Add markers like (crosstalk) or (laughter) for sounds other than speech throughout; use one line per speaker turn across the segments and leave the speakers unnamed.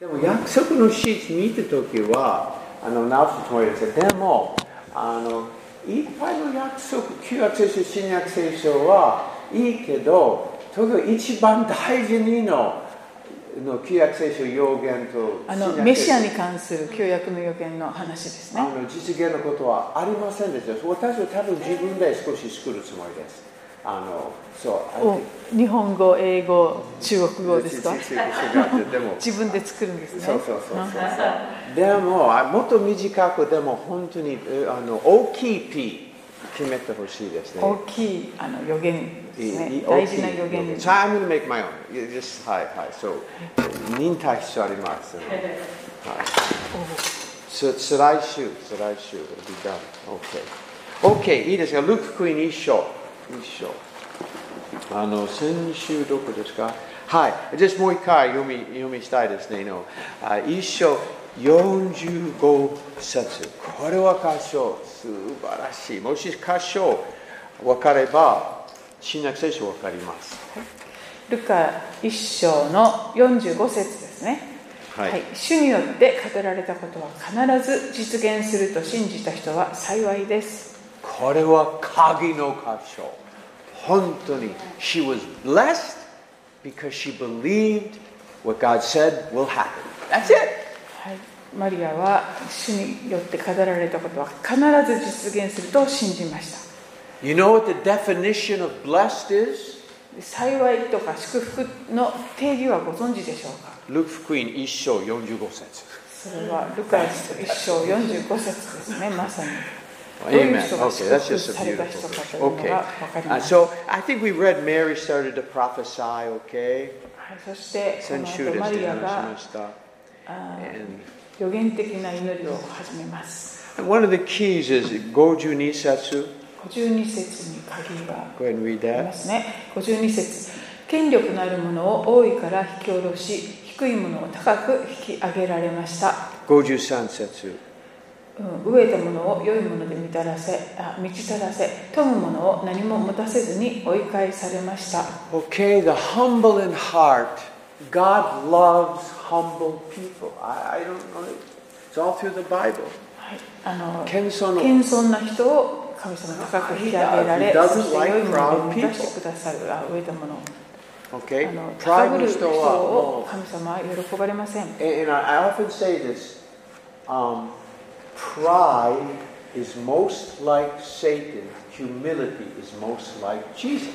でも約束のシーツ見たときは、あの直すつもりですよ。でも、あのいっぱいの約束、旧約聖書、新約聖書はいいけど、特に一番大事にのの旧約聖書要言と
あ
新
の
約聖書
メシアに関する旧約の予言の話です
あ
ね。
の実現のことはありませんでした。私は多分自分で少し作るつもりです。あのそう。
お日本語、英語、中国語ですか
ちちち違うで
(laughs)
も
自分で作るんですね。
そうそうそうそうそうでもあもっと短くでも本当にえあの大きい P 決めてほしいですね
大きいあの予言です
いい
ね
い。
大事な予言
大きい
です。
So I'm going to make my own You just はいはい So 忍耐必要ありますはい So 再来週再来週 It'll be done OK OK いいですかルック福音一章一章あの先週どこですかはい。じゃあもう一回読み読みしたいですね。のあ一章45節。これは箇所、素晴らしい。もし箇所分かれば、新約聖書分かります。
ルカ一章の45節ですね、
はい
主によって語られたことは必ず実現すると信じた人は幸いです
これは鍵の箇所。本当に、She was blessed because she believed what God said will happen. That's it!
はい、マリアは主によって語られたことは必ず実現すると信じました
You know what the definition of blessed is?
幸いとか祝福の定義はご存知でしょうか
ルク福音1章45節。
それはルカ一章45節ですねまさにどういう
Amen.
人が
Okay, that's
祝
just
福
a
された
beautiful
人かと
verse.
いうの
Okay.
が分かり
Uh,
ます
so I think we read Mary started to prophesy, okay?
はい、そしてその
先週
後
です
マリ
ね、
アが
話しました。
あー
And
予言的な祈りを始めます。
one of the keys is 52節。
52節に鍵が
Go ahead and read
ありま
that.
すね。52節権力のあるものを多いから引き下ろし、低いものを高く引き上げられました。
53節。
うん、飢えたものを良いもので満たらせ、あ満ち足らせ、富むものを何も持たせずに追い返されました。
Okay, the humble in heart. God loves humble people. I, I don't know. It's all through the Bible.
はい、あの
謙遜の
謙遜な人を神様が高く引き上げられ、
He doesn't
そして良いも
like
の
proud
を満たしてくださる、あ飢えたものを。
Okay?
あの高
Pride
ぶ
の
る
人
人
はもう
を神様は喜ばれません。
And, and I I often say this um, pride is most like Satan, humility is most like Jesus.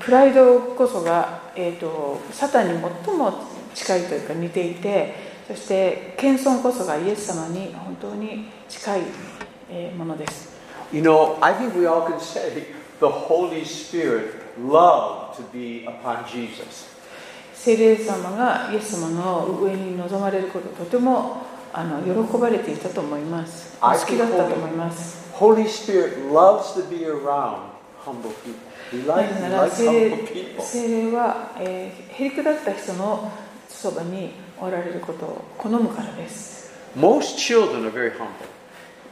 プライドこそが、えー、とサタンに最も近いというか似ていて、そして謙遜こそがイエス様に本当に近いえーものです。
You know, I think we all can say the Holy Spirit loved to be upon Jesus.
聖霊様がイエス様の上に望まれること、とてもあの喜ばれていたと思います。お
I
好きだったと思います。
Holy Spirit loves to be around humble people. He
な
likes,
ぜ
he
なら
likes
聖
humble
霊
people.
聖霊は、えー、へりくだった人のそばにおられることを好むからです。
Most children are very humble.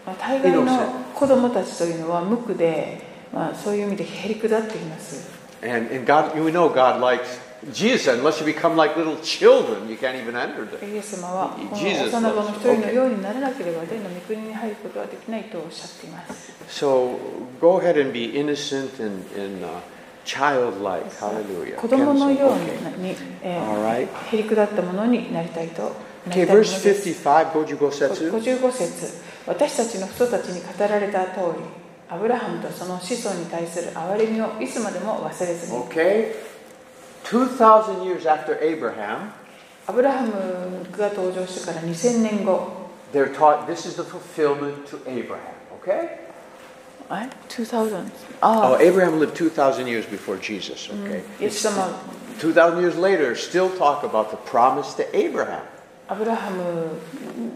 まあ、大概
猪木
の
さん
子供たちというのは無垢で、まあ、そういう意味でへりくだっています。
And, and God, we know God likes Jesus. Unless you become like little children, you can't even enter there.
イエス様はこ
Jesus
の幼子の一人
loves
の
you.
ようにならなければ天の御国に入ることはできないとおっしゃっています。
So go ahead and be innocent and, and uh, childlike. Hallelujah.
子供のよう
Okay.
に、え
Alright.
ー、へりくだったものになりたいと。な
Okay,
りたいもので
verse
す
55, Gojugo Setsu.
55節私たちの父祖たちに語られた通り、アブラハムとその子孫に対する憐れみをいつまでも忘れずに。
Okay. 2,000 years after Abraham,
アブラハムが登場してから2000年後。
they're taught this is the fulfillment to Abraham. Okay?
え2000?
Oh,
あ
Abraham lived 2,000 years before Jesus. Okay.
あ、イエス様、
2,000 years later, still talk about the promise to Abraham.
アブラハム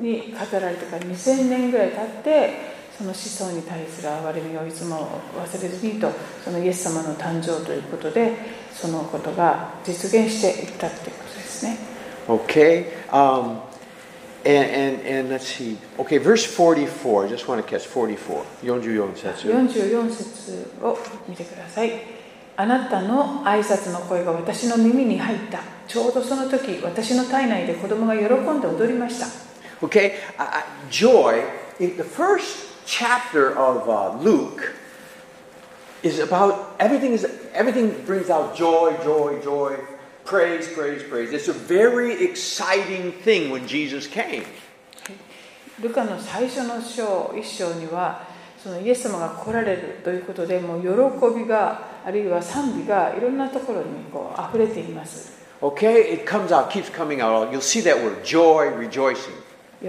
に語られてから2000年ぐらい経って、その子孫に対する憐れみをいつも忘れずにと、そのイエス様の誕生ということで、そのことが実現していったということですね。
Okay. Um, and, and, and let's see. Okay, verse 44. I just want to catch 44. Yonju Yon Setsu.
44節を見てください。あなたの挨拶の声が私の耳に入ったちょうどその時私の体内で子供が喜んで踊りました
Okay, uh, joy, in the first chapter of uh, Luke is about everything, is, everything brings out joy, joy, joy, praise, praise, praise. It's a very exciting thing when Jesus came.
ルカの最初の章1章にはそのイエス様が来られるということでもう喜びがあるいは賛美がいろんなところにこう溢れています
Okay, it comes out, keeps coming out. You'll see that word joy, rejoicing,
喜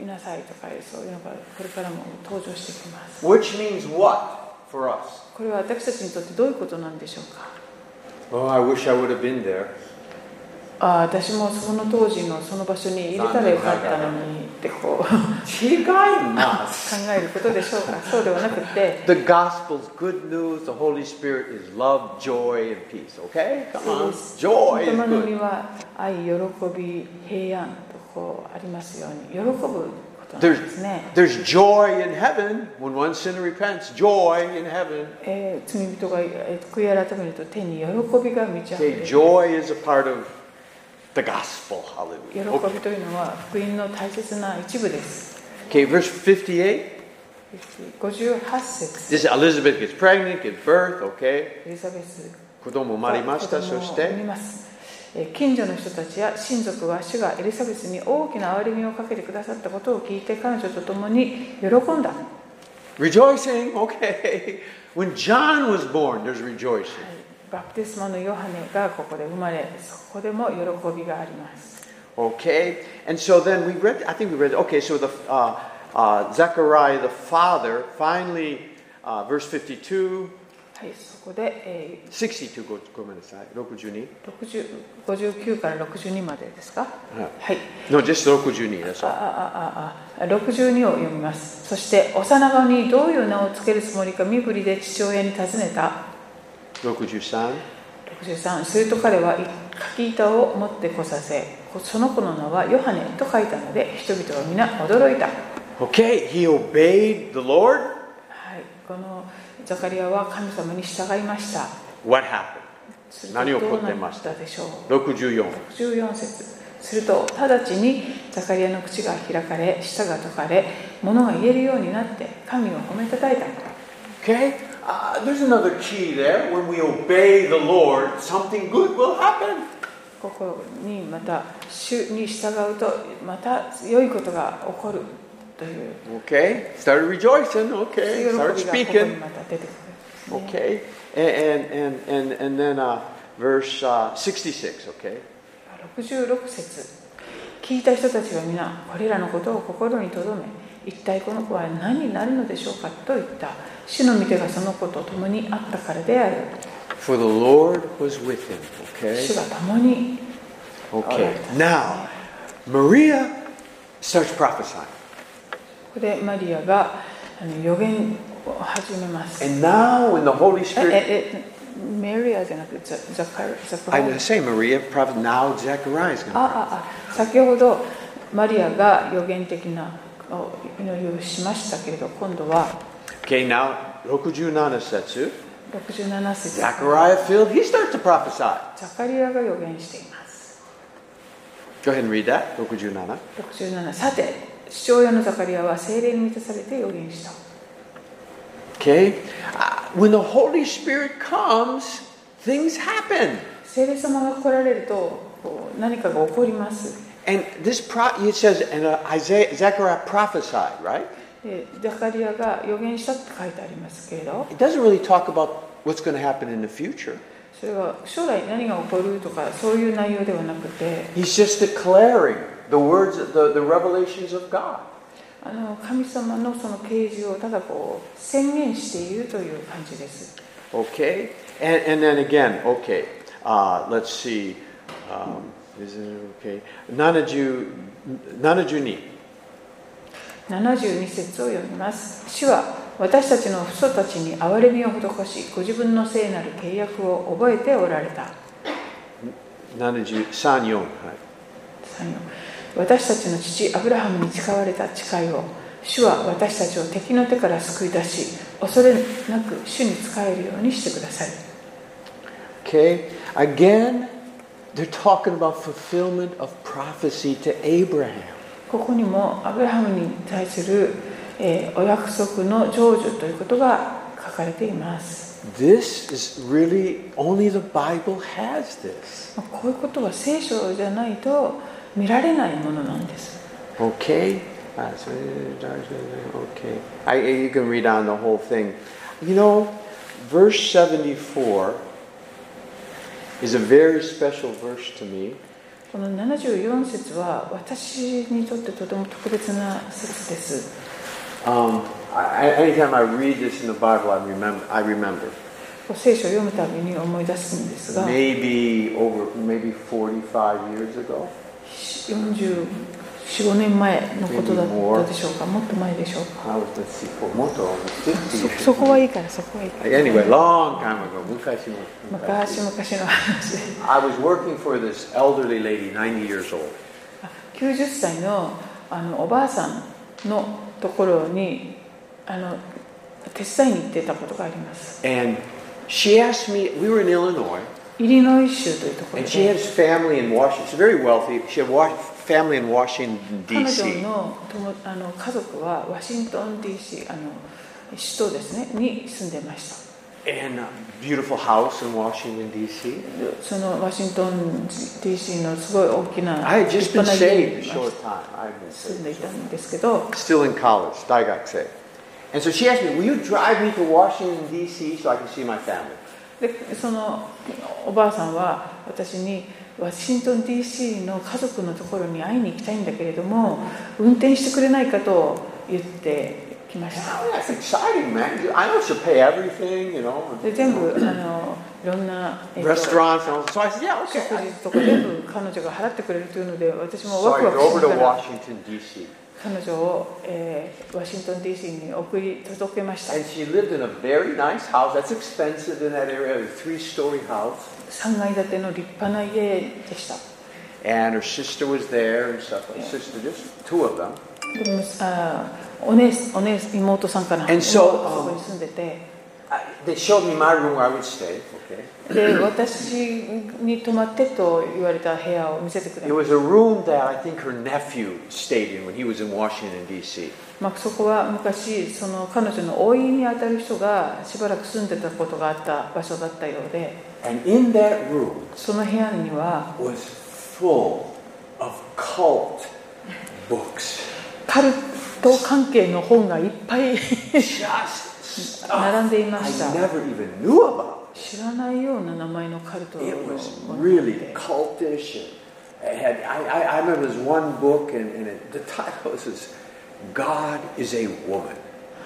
びなさいとかそういうのがこれからも登場してきます
which means what for us?
これは私たちにとってどういうことなんでしょうか
Oh, I wish I would have been there.
ああ私もその当時のその場所に入れたらよかったのにってこう (laughs)
違います。
考えることでしょうかそうではなくて
The gospel's good news, the Holy Spirit is love, joy, and peace. Okay? Come
そう
on.
です
Joy is
御霊の実
good.
は愛喜び平安とこうありますように喜ぶことなんですね、
There's joy in heaven when one sinner repents. Joy in heaven.
えー罪人がえー悔い改めると天に喜びが満ち溢れ
Okay,
る
joy is a part of the gospel.
喜
Hallelujah.
び
Okay,
というのは福音の大切な一部です
okay verse 58.
58節
This is Elizabeth gets pregnant, gives birth. Okay.
エリザベスが子供を産み
子供生まれました。そして、
ますえー近所の人たちや親族は主がエリザベスに大きな憐れみをかけてくださったことを聞いて彼女と共に喜んだ
rejoicing. Okay. (laughs) When John was born, there's rejoicing.
バプテスマのヨハネがここで生まれそこでも喜びがあります
Okay, and so then we read. I think we read. Okay, so the uh, uh, Zechariah the father finally, uh, verse 52,
はいそこで、え
62. Go, go a minute, sorry, 62.
ー60 59から62までですか
はい
はい
Uh-huh. No, just 62. That's
あ
all.
ああああ62を読みますそして幼子にどういう名をつけるつもりか身振りで父親に尋ねた
63.
63すると彼は柿板を持ってこさせその子の名はヨハネと書いたので人々は皆驚いた
Okay, he obeyed the Lord.
はいこのザカリアは神様に従いました
What happened?
する
何を
とど
起
う
こって
な
ま
っ
した
たでしょう
64.
14節すると直ちにザカリアの口が開かれ舌が解かれ物が言えるようになって神を褒めたたいた
Okay, uh, there's another key there. When we obey the Lord, something good will happen.
ここにまた主に従うとまた良いことが起こるという
Okay, started rejoicing.
喜
Okay,
びがこ
started
こ
speaking.
にまた出てくるんですね
Okay, and and and and then uh, verse uh, 66. Okay,
66節聞いた人たちは皆これらのことを心に留め一体この子は何になるのでしょうかと言った主の御手がその子と共にあったからである
for the Lord was with him. Okay,
主が共に
okay. Now, Maria starts prophesying,
ここでマリアがあの予言を始めますえ
and now when the Holy
え
Spirit,
えメリアじゃなくてザザカルザカ
I'm
ル
going to say Maria, prophet. Now Zechariah is going
あ
to.
ああ先ほどマリアが予言的なお祈りをしましたけれど今度は
Okay, now 67節.
67節ザ
Zechariah filled. He starts to prophesy.
カリアが予言しています
Go ahead and read that. 67.
67さて父親のザカリアは精霊に満たされて予言した
Okay, uh, when the Holy Spirit comes, things happen.
精霊様が来られるとこう何かが起こります
And this pro- it says, and uh, Isaiah, Zechariah prophesied, right?
でザカリアが予言したって書いてありますけれど
It doesn't really talk about what's going to happen in the future.
それは将来何が起こるとかそういう内容ではなくて
He's just declaring the words, the, the revelations of God.
あの神様のその啓示をただこう宣言しているという感じです
Okay, and, and then again, okay, uh, let's see. Um, is it okay? Nanaju, Nanajuni.
72節を読みます主は私たちの父祖たちに憐れみを施しご自分の聖なる契約を覚えておられた
Nanaju, Sanyon.
三よ私たちの父アブラハムに誓われた誓いを主は私たちを敵の手から救い出し恐れなく主に仕えるようにしてください
Okay? Again, they're talking about fulfillment of prophecy to Abraham.
ここにもアブラハムに対する、えーお約束の成就ということが書かれています
This is really only the Bible has this.
まあこういうことは聖書じゃないと見られないものなんです
Okay? Uh, so, Okay. I, you can read on the whole thing. You know, verse 74 is a very special verse to me.
この74節は私にとってとても特別な節です
Um, I, I- anytime I read this in the Bible, I remember. I remember.
こう聖書を読むたびに思い出すんですが
Maybe over, maybe 45 years ago.
44年前のことだったでしょうかもっと前でしょうか
I was, let's see, for Moto, almost 50 years
そそこは
ago.
いいからそこはいいから
Anyway, long time ago. Mukashima.
昔々の話です
I was working for this elderly lady, 90 years old.
あ90歳のあのおばあさんのところにあの手伝いに行ってたことがあります
And she asked me, we were in Illinois,
イリノイ州というところ
and she
で
has family in Washington. She's very wealthy. She had wa- family in Washington,
彼
D.C.
女の友あの家族はワシントン DC あの首都ですねに住んでました
And a beautiful house in Washington, D.C.
そのワシントン DC のすごい大きな
I had just been
立派な家
saved
に
a short time. I had been
住
saved.
んでいたんですけど
Still in college, Daigakusei. And so she asked me, Will you drive me to Washington, D.C. so I can see my family?
でそのおばあさんは私にワシントン DC の家族のところに会いに行きたいんだけれども運転してくれないかと言ってきました
Oh, that's exciting, man. I know she'll pay everything, you know.
で全部あのいろんな、えっと
Restaurants and all. So I said, Yeah,
食
okay.
事とか全部彼女が払ってくれるというので私も
So
ワ
I
クワク
drove over
しな
to
がら
Washington, D.C.
彼女を、えーワシントン DC に送り届けました
And she lived in a very nice house. That's expensive in that area, a three story house.
3階建ての立派な家でした
And her sister was there and stuff. Her
Yeah.
sister, just two of them.
でもあーお姉お姉妹さんかな
And
妹
so,
がそこに住んでて
I, they showed me my room where I would stay. Okay.
で私に泊まってと言われた部屋を見せてくれ
It
ま
was a room that I think her nephew stayed in when he was in Washington, D.C.
まあ、そこは昔その彼女の老いにあたる人がしばらく住んでたことがあった場所だったようで
And in that room
その部屋には
was full of cult books.
カルト関係の本がいっぱい
Just
(laughs)
stuff
並んでいまし
I
た
never even knew about.
知らないような名前のカルトの
It was
ものがあっ
really
て
cultish. And it had, I, I, I remember there's one book, and, and it, the title was this, God is a Woman.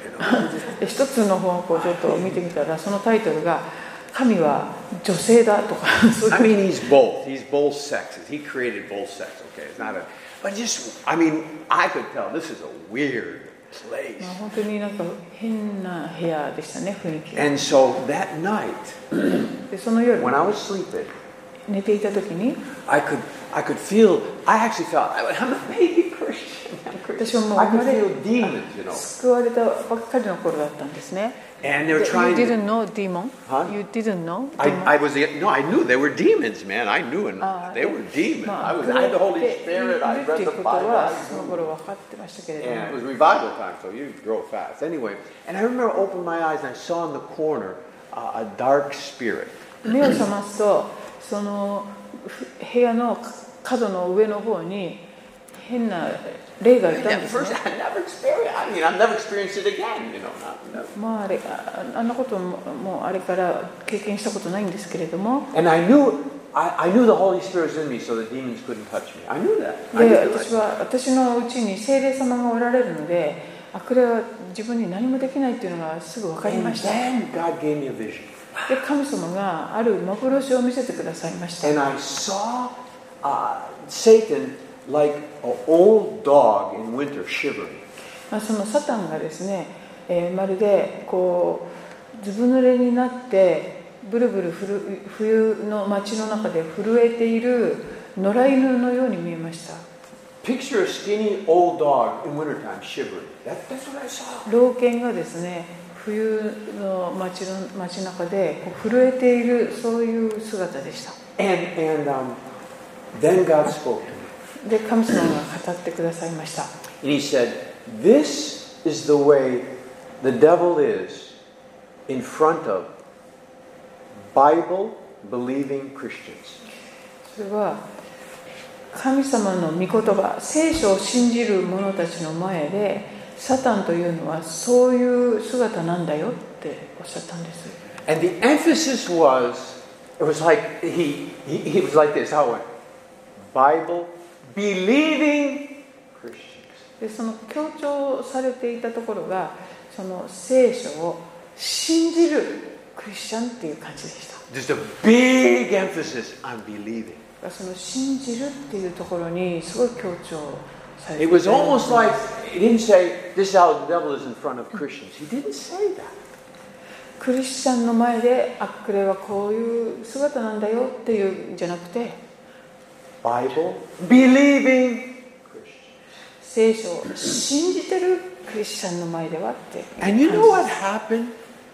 You know?
(laughs) で一つの本をこうちょっと見てみたらそのタイトルが「神は女性だ」とか
(laughs)
そういう
I mean, he's both. He's both sexes. He created both sexes. Okay, it's not a. But just, I mean, I could tell this is a weird place.
まあ、本当になんか変な部屋でしたね雰囲気が
And so that night,
でその夜
when I was sleeping,
寝ていた時に
I could, I could feel. I actually felt. I, I'm a baby Christian. I'm Christian.
私も
I could
生まれ-
feel demons, you know.
救われたばっかりの頃だったんですね
And they
で You
were trying. To,
didn't know demon?
Huh?
You didn't know
I,
demon?
I was no, I knew they were demons, man. I knew it.
Ah,
they were demons.
ま
I
あ
was. I had the Holy
狂っている
Spirit. I
って
read
いう
the
こと
Bible.
は
I
その頃分かってましたけれど
And it
も
was revival time, so you grow fast. Anyway, and I remember I opened my eyes and I saw in the corner uh, a dark spirit.
目を覚ますとそのふ部屋の角の上の方に変な霊がい
And
たん
at
ですね
first, I never experienced. I mean, I've never experienced it again. You know, not, never.
まあ、あれああんなことももうあれから経験したことないんですけれども
And I knew, I, I knew the Holy Spirit was in me, so the demons couldn't touch me. I knew that. I
で
didn't realize
私は私のうちに精霊様がおられるので悪霊は自分に何もできないっていうのがすぐ分かり
And
ましたで
then God gave me a vision,
神様がある幻を見せてくださいました
and I saw uh, Satan like an old dog in winter shivering.
まあそのサタンがですね、えーまるでこうずぶ濡れになってブルブルふる冬の街の中で震えている野良犬のように見えました
Picture a skinny old dog in wintertime shivering. That, that's what I saw.
老犬がですね冬の街の街中でこう震えているそういう姿でした
And, and um, then God spoke to me.
で神様が語ってくださいました
And he said, This is the way the devil is in front of Bible believing Christians.
それは神様の御言葉聖書を信じる者たちの前でサタンというのはそういう姿なんだよっておっしゃったんです
And the emphasis was, it was like, he, he, he was like this, how it went, Bible believing Christians.
でその強調されていたところがその聖書を信じるクリスチャンっていう感じでした
Just a big emphasis on believing.
だからその信じるっていうところにすごい強調され
It
ていた
was almost like, he didn't say, this is how the devil is in front of Christians. He didn't say that.
クリスチャンの前で悪霊はこういう姿なんだよっていうんじゃなくて
Bible believing Christians.
聖書を信じてるクリスチャンの前ではっていう感
And
じ
you know what happened?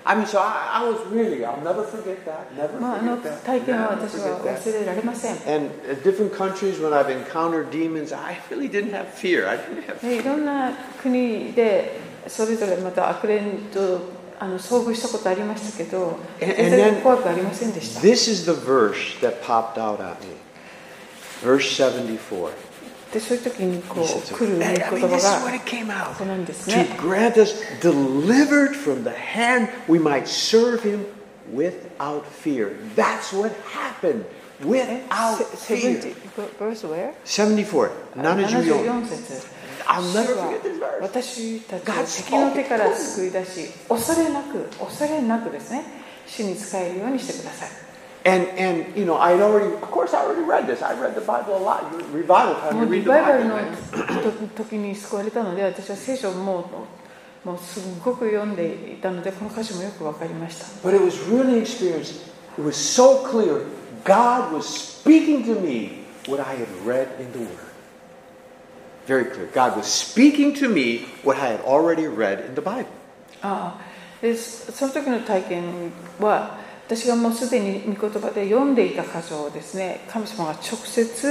I mean, so I, I was really, I'll never forget that. Never
まあ、あの
forget that.
体験は
Never
私は
forget that.
忘れられません
And in different countries, when I've encountered demons, I really didn't have fear. I didn't have
でいろんな国でそれぞれまた悪霊とあの遭遇したことありましたけど
And- and
全然
then-
怖くありませんでした
This is the verse that popped out at me. Verse 74.
でそういう時にこ
He said
う
so.
来る
And
言
I
葉
mean, this is what
が
it came
こ
out.
こなんですね
To grant us delivered from the hand, we might serve him without fear. That's what happened.
え
Without
セ
fear.
70 verse where?
74. 74.
74節
I'll
主
never
は
forget this verse.
私たち
God
を
spoke
敵の手から救い出し恐れなく恐れなくですね主に使えるようにしてください
And and you know, I already, of course, I already read this. I read the Bible a lot. You- Revival time,
も
you
うリ
read the
バイバル
Bible.
の
man.
と時に救われたので私は聖書をもうもうすごく読んでいたのでこの歌詞もよく分かりました
But it was really experienced. It was so clear. God was speaking to me what I had read in the Word. Very clear. God was speaking to me what I had already read in the Bible.
ああでそその時の体験は私がもうすでに御言葉で読んでいた箇所をですね神様が直接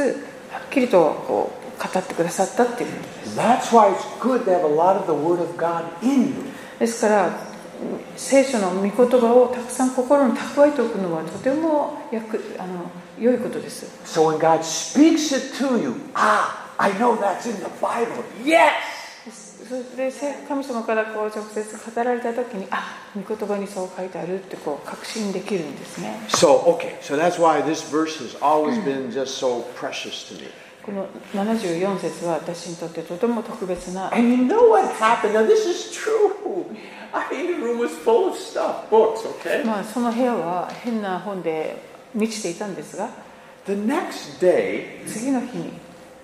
はっきりとこう語ってくださったっていうことです
That's why it's good to have a lot of the Word of God in you.
ですから聖書の御言葉をたくさん心に蓄えておくのはとても役あの良いことです
So when God speaks it to you, ah, I know that's in the Bible. Yes!
それでせ神様からこう直接語られた時にあ御言葉にそう書いてあるってこう確信できるんですね
So, okay, so that's why this verse has always been just so precious to me.
この74節は私にとってとても特別な
And you know what happened? Now, this is true. I mean, the room was full of stuff, books, okay?
まあその部屋は変な本で満ちていたんですが
The next day,
次の日に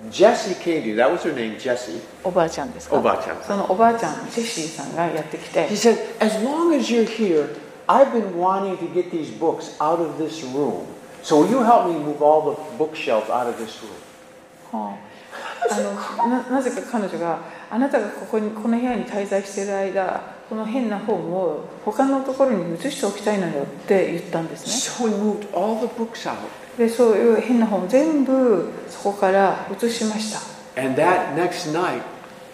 Jessie came to you. That was her name, Jessie.
おばあちゃんですか
おばあちゃん
そのおばあちゃんジェシーさんがやってきて
He said, As long as you're here, I've been wanting to get these books out of this room. So, will you help me move all the bookshelves out of this room?
はあ、あのななぜか彼女があなたがここにこの部屋に滞在している間この変な本を他のところに移しておきたいのよって言ったんです
So,
ね
we moved all the books out.
でそういう変な本を全部そこから移しました
And that next night,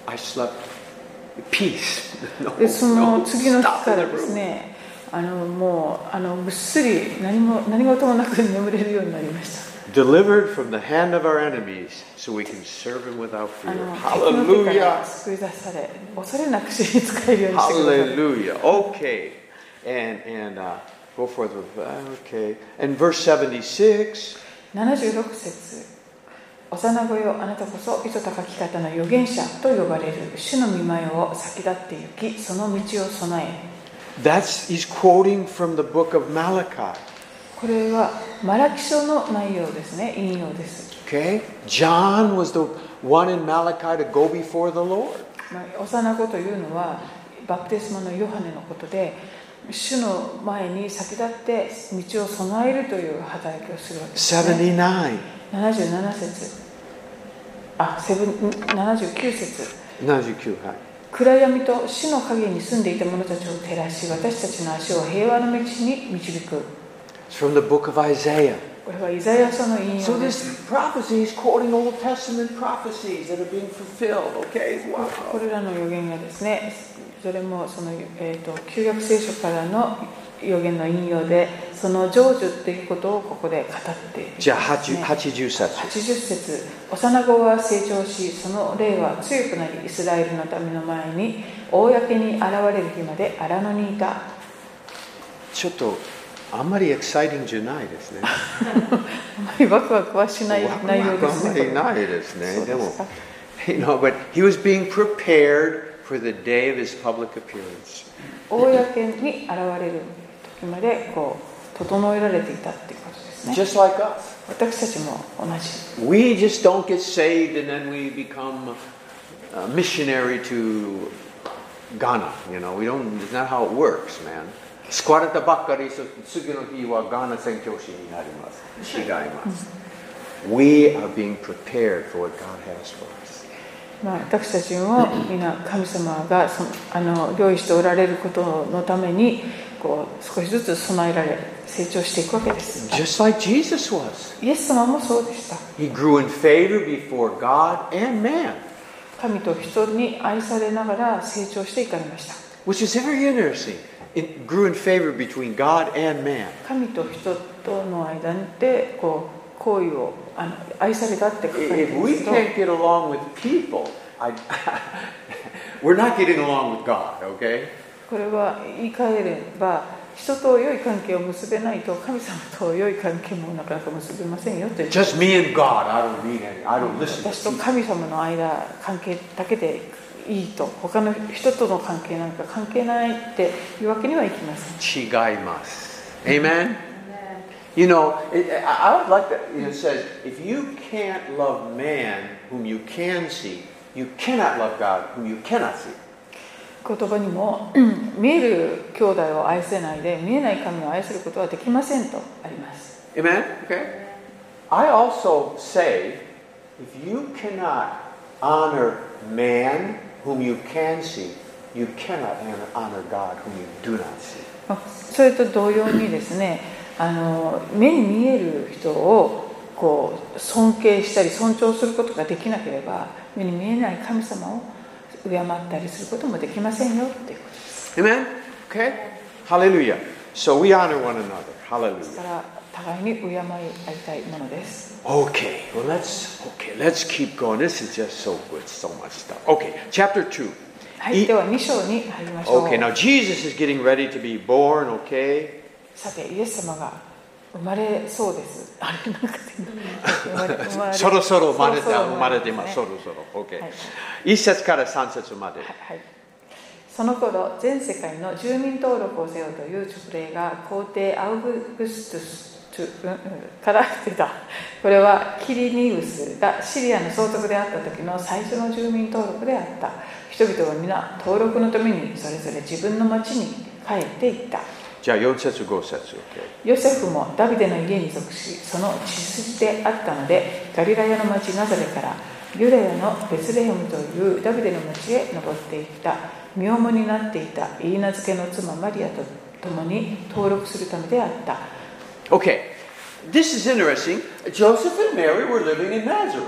I slept in peace. (laughs) No,
でその
no
次の日
stuff
か
in the
らです
room.
ねあのもうあのぐっすり何も何事もなく眠れるようになりました
Delivered from the hand of our enemies, so we can serve Him without
あ
fear.
の敵の手から
Hallelujah!
救い出され恐れなく死に使えるようにしてください
Hallelujah! Okay, and and uh, go forth with uh, okay. And verse seventy-six.
76節幼子よあなたこそ糸高き方の預言者と呼ばれる主の御前を先立って行きその道を備え
That's he's quoting from the book of Malachi.
これはマラキ書の内容ですね引用です
Okay, John was the one in Malachi to go before the Lord.
まあ幼子というのはバプテスマのヨハネのことで主の前に先立って道を備えるという働きをするわけです、ね、
Seventy-nine.
77節あセブン79節
Nazi Q, hi.
神暗闇と死の陰に住んでいた者たちを照らし私たちの足を平和の道に導く
It's from the book of Isaiah.
これはイザヤ書の引
So
用です
this prophecy is quoting Old Testament prophecies that are being fulfilled. Okay,
こ
wow.
れらの予言がですねそれもその、えー、と旧約聖書からの予言の引用でその成就っていうことをここで語っているんです
じ
ね
ゃあ80 80節。
80節幼子は成長しその霊は強くなりイスラエルの民の前に公に現れる日まで荒野にいた (laughs)
ちょっとあんまりエキサイティングじゃないですね。
あまりワクワクはしない内容ですねこれ
ないですね。
そう
で
で
も
すか、
you know, but he was being prepared for the day of his public appearance.
公に現れる時までこう整えられていたっていうことですね
Just like us.
私たちも同じ
We just don't get saved and then we become a missionary to Ghana. You know, we don't, it's not how it works, man. 救われたばっかりそ次の日はガーナ宣教師になります。違います。We are being prepared for what God has for us.
まあ、私たちも皆神様がそのあの用意しておられることのためにこう少しずつ備えられ成長していくわけです
Just like Jesus was.
イエス様もそうでした
He grew in favor before God and man,
神と人に愛されながら成長していかれました
which is very interesting. It grew in favor between God and man.
神と人との間でこう好意をあの愛されたって書かれて
If
るんで
we
すけど
can't get along with people, I, (laughs) we're not getting along with God, okay?
これは言い換えれば人と良い関係を結べないと神様と良い関係もなかなか結べませんよという
Just me and God, I don't need any, I don't listen
私と
to
神様の間関係だけでいいと他の人との関係なんか関係ないっていうわけにはいきません
Chigaimas. Amen? You know, it, I I would like that. It says, if you can't love man whom you can see, you cannot love God whom you cannot see.
言葉にもうん見える兄弟を愛せないで見えない神を愛することはできませんとあります
Amen? Okay. I also say if you cannot honor man whom you can see, you cannot honor- honor God whom you do not see.
まあそれと同様にですねあの目に見える人をこう尊敬したり尊重することができなければ目に見えない神様を敬ったりすることもできませんよっていうことです
Amen? Okay? Hallelujah. So we honor one another.
か
Hallelujah.
ら互いに敬い合いたいものです
Okay. Well, let's okay. Let's keep going. This is just so good. So much stuff. Okay. Chapter two. E-
はい、では2章に入りましょう。
Okay. Now Jesus is getting ready to be born. Okay.
さて、イエス様が生まれそうです。あれなんか生まれ生まれ
(laughs) そろそろ生まれて
そろそろ
生まれてます。そ
ね
ろそろ。OK
はい。
一節から三節まで。
はい、その頃全世界の住民登録をせよという勅令が皇帝アウグストゥストゥうんうんから (laughs) 出たこれはキリニウスがシリアの総督であった時の最初の住民登録であった人々は皆登録のためにそれぞれ自分の町に帰っていった
じゃあ四節五節。OK。
ヨセフもダビデの家に属しその血筋であったのでガリラヤの町ナザレからユダヤのベツレヘムというダビデの町へ登っていった身重になっていたイーナ漬けの妻マリアと共に登録するためであった
Okay. This is interesting. Joseph and Mary were living in Nazareth.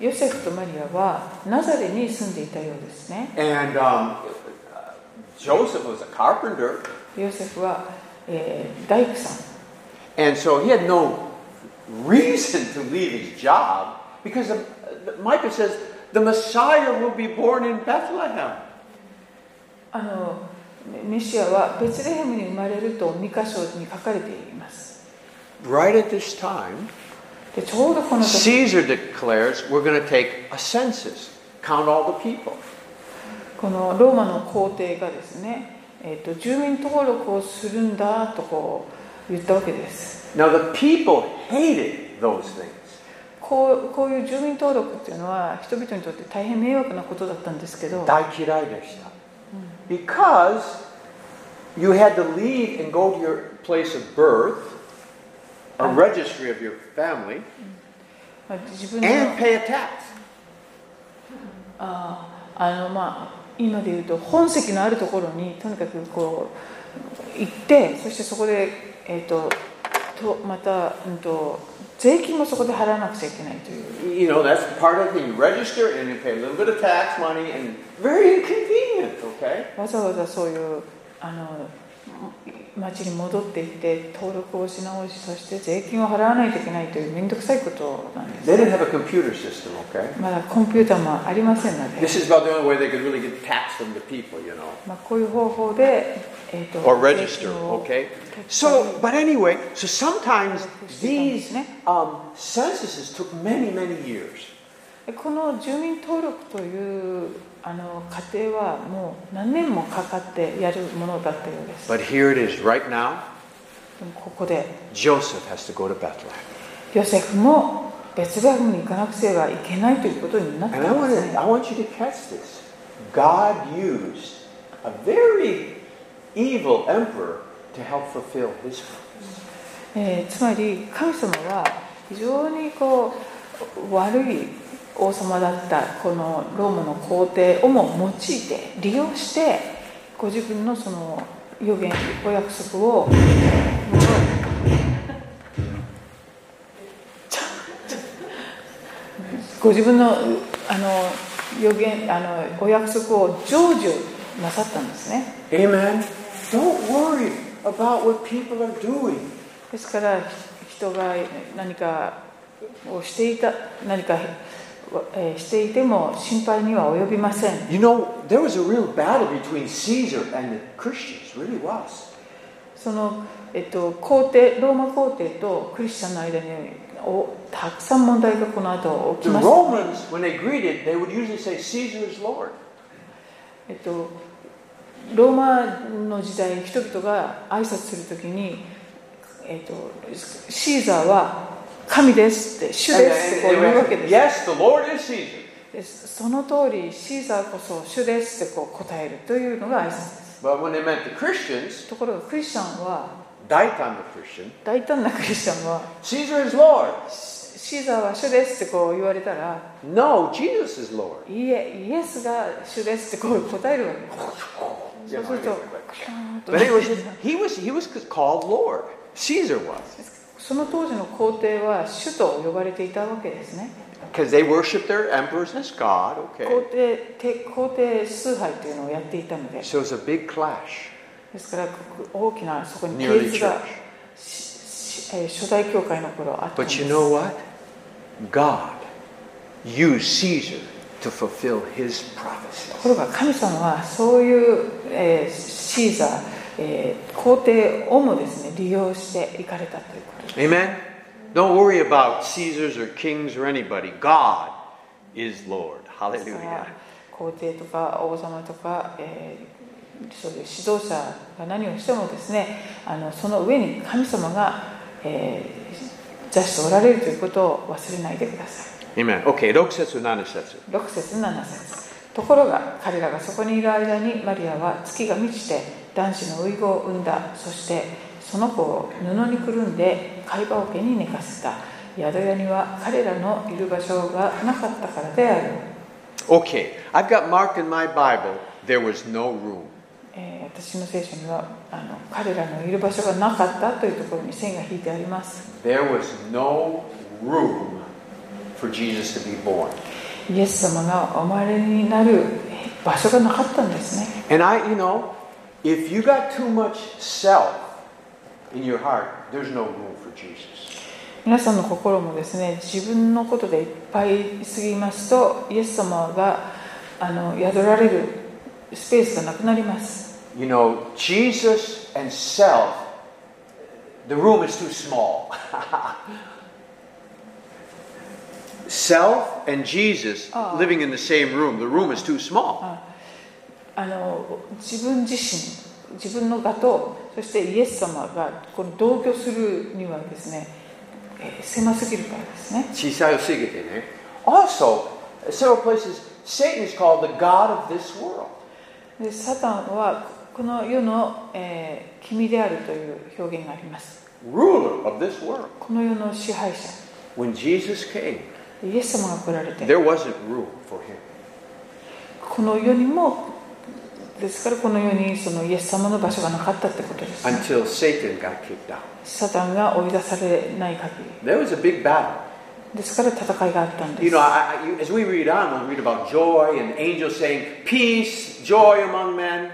ヨセフとマリアはナザレに住んでいたようですね
And um, Joseph was a carpenter.
ヨセフは、えー大工さん
And so he had no reason to leave his job because the, Micah says the Messiah will be born in Bethlehem.
あのメシアはベツレヘムに生まれると2箇所に書かれています
Right at this time,
でちょうどこの時
Caesar declares we're going to take a census, count all the people.
このローマの皇帝がですね、えー、と住民登録をするんだとこう言ったわけです
Now, the people hated those things.
こうこういう住民登録っていうのは人々にとって大変迷惑なことだったんですけど
大嫌いでした。Because you had to leave and go to your place of birth, a registry of your family,
まあ自分の
and pay a tax.
あーあのま今でいうと本籍のあるところにとにかくこう行ってそしてそこで、えー、ととまた、うん、と税金もそこで払わなくちゃいけないという
You know, that's part of it. You register and you pay a little bit of tax money and very inconvenient, okay?
わざわざそういうあの町に戻っていって登録をし直しそして税金を払わないといけないという面倒くさいことなんです
They didn't have a computer system, okay?
まだコンピューターもありませんので
This is about the only way they could really get tax from the people, you know.
まあ、こういう方法で、えーと
Or register,
税金を
okay? So, but anyway, so sometimes these
ね
um, censuses took many, many years.
この住民登録というあの過程はもう何年もかかってやるものだったようですで
But here it is right now.
もここで
Joseph has to go to Bethlehem.
ヨセフもベツレヘムに行かなくてはいけないということになったん
And
で
I want,
す
to,
ね
I want you to catch this. God used a very evil emperor to help fulfill his purpose.
えーつまり神様は非常にこう悪い王様だったこのローマの皇帝をも用いて利用してご自分のその予言お約束をもうちょちょご自分のあの予言あのお約束を成就なさったんですね
Amen. Don't worry about what people are doing.
ですからひ人が何かをしていた何か、えーしていても心配には及びません
You know, there was a real battle between Caesar and the Christians, really was.
その、えっと、皇帝ローマ皇帝とクリスチャンの間におたくさん問題がこの後起
The
きましたね、
Romans, when they greeted, they would usually say, Caesar is Lord.
えっと、ローマの時代人々が挨拶するときに、えっと、シーザーは神ですって主
And
ですって
they-
こ
they
う言うわ
would
けで
say,
す
yes, the Lord is Caesar.
でその通りシーザーこそ主ですってこう答えるというのが挨拶です
But when they meant the Christians,
ところがクリスチャンは
Daitan the Christian,
大胆なクリスチャンは
Caesar is Lord.
シーザーは主ですってこう言われたら
No, Jesus is Lord.
いいえイエスが主ですってこう答えるわけです
You
そ
know,
うすると
anyway, but-
クシャーンと
But anyways, he was he was called Lord. Caesar was
その当時の皇帝は主と呼ばれていたわけですね
because they worshiped their emperors as God.
皇
Okay.
帝て皇帝崇拝というのをやっていたので
So it's a big clash.
ですからここ大きなそこに亀
Nearly
裂が
church.
ししえー初代教会の頃あったんで
But
す
you know what? God used Caesar to fulfill his
と
prophecies.
ころが神様はそういう、えーシーザー、えー皇帝をもですね利用して行かれたということ
Amen. Don't worry about Caesars or kings or anybody. God is Lord.
ですから
Hallelujah.
皇帝とか王様とか、えーそういう指導者が何をしてもですねあのその上に神様が、えー座しておられるということを忘れないでください
Amen. Okay, 6節7節。
6節7節ところが彼らがそこにいる間にマリアは月が満ちて男子の遺語を産んだそしてその子を布にくるんで貝羽桶に寝かせた宿屋には彼らのいる場所がなかったからである、
Okay, I've got marked in my Bible, there was no room.
えー私の聖書にはあの彼らのいる場所がなかったというところに線が引いてあります
There was no room for Jesus to be born.
イエス様がお生まれになる場所がなかったんですね
And I, you know, if you got too much self in your heart, there's no room for Jesus.
皆さんの心もですね自分のことでいっぱいすぎますとイエス様があの宿られるスペースがなくなります
You know, Jesus and self, the room is too small. (laughs) self and Jesus
Oh.
living in the same room, the room is too small.
ああの自分自身自分の我とそしてイエス様がこの同居するにはですね、えー狭すぎるからですね
Also, several places, Satan is called the God of this world.
でサタンはこの世の、えー君であるという表現があります
ruler of this world.
この世の支配者
When Jesus came,
イエス様が来られて
there wasn't room for him.
この世にもですからこの世にそのイエス様の場所がなかったってことです
until Satan got kicked out.
サタンが追い出されない限り
There was a big battle.
ですから戦いがあったんで
You
す
know, I, I, you- as we read on, we read about joy and angels saying, Peace, joy among men.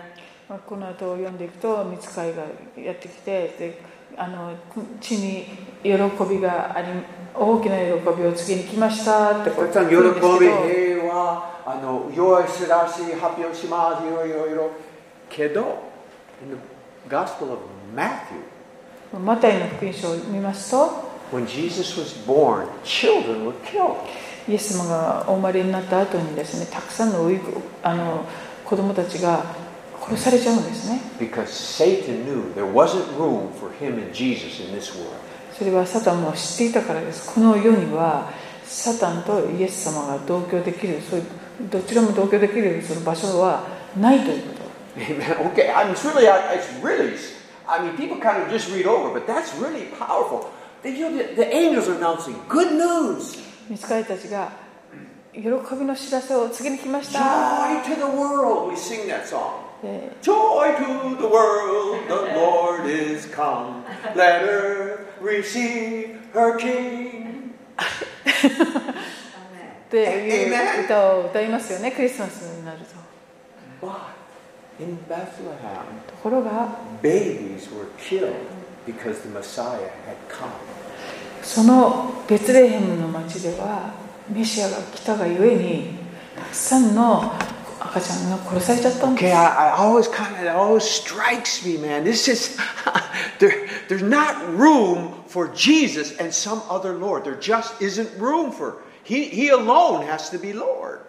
まあこの後を読んでいくと見つかりがやってきてであの地に喜びがあり大きな喜びを告げに来ましたってこ
お
う
客さん喜び
言うんですけど
平和あの用意すらし発表しますいろいろいろけど in the Gospel of Matthew
マタイの福音書を見ますと
when Jesus was born children were killed
イエス様がお生まれになった後にですねたくさんのウイグあの子供たちが殺されちゃうんですね
because Satan knew there wasn't room for him and Jesus in this world
それはサタンも知っていたからですこの世にはサタンとイエス様が同居できるそういうどちらも同居できるその場所はないということ
Amen. (laughs) Okay, I mean, it's really, I- it's really, I mean, people kind of just read over, but that's really powerful. The, you know, the, the angels are announcing good news,
見つかりたちが喜びの知らせを告げに来ました
joy to the world. We sing that song.
で
Joy to the world, the Lord is come. Let her receive her King.
っていう
Amen.
歌を歌いますよねクリスマスになると
But in Bethlehem,
ところが
babies were killed because the Messiah had come.
そのベツレヘムの町ではメシアが来たがゆえにたくさんの赤ちゃんが殺されちゃったんです
Okay, I, I always kind of, it always strikes me, man. This is, (laughs) there, there's not room for Jesus and some other Lord. There just isn't room for, he, he alone has to be Lord.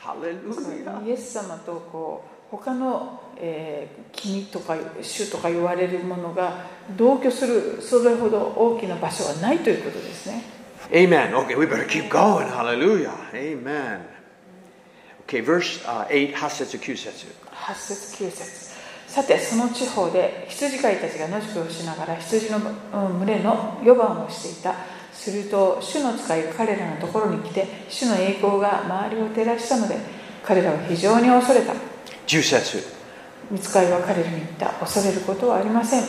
Hallelujah.
イエス様とこう他の、えー君とか主とか言われるものが同居するそれほど大きな場所はないということですね
Amen. Okay, we better keep going. Hallelujah. Amen. Okay, verse uh, 8, hasetsu kyusetsu.
8節9節さてその地方で羊飼いたちが野宿をしながら羊のうん群れの予番をしていたすると主の使いが彼らのところに来て主の栄光が周りを照らしたので彼らは非常に恐れた
Jusetsu.
見つかりは彼らに言った恐れることはありません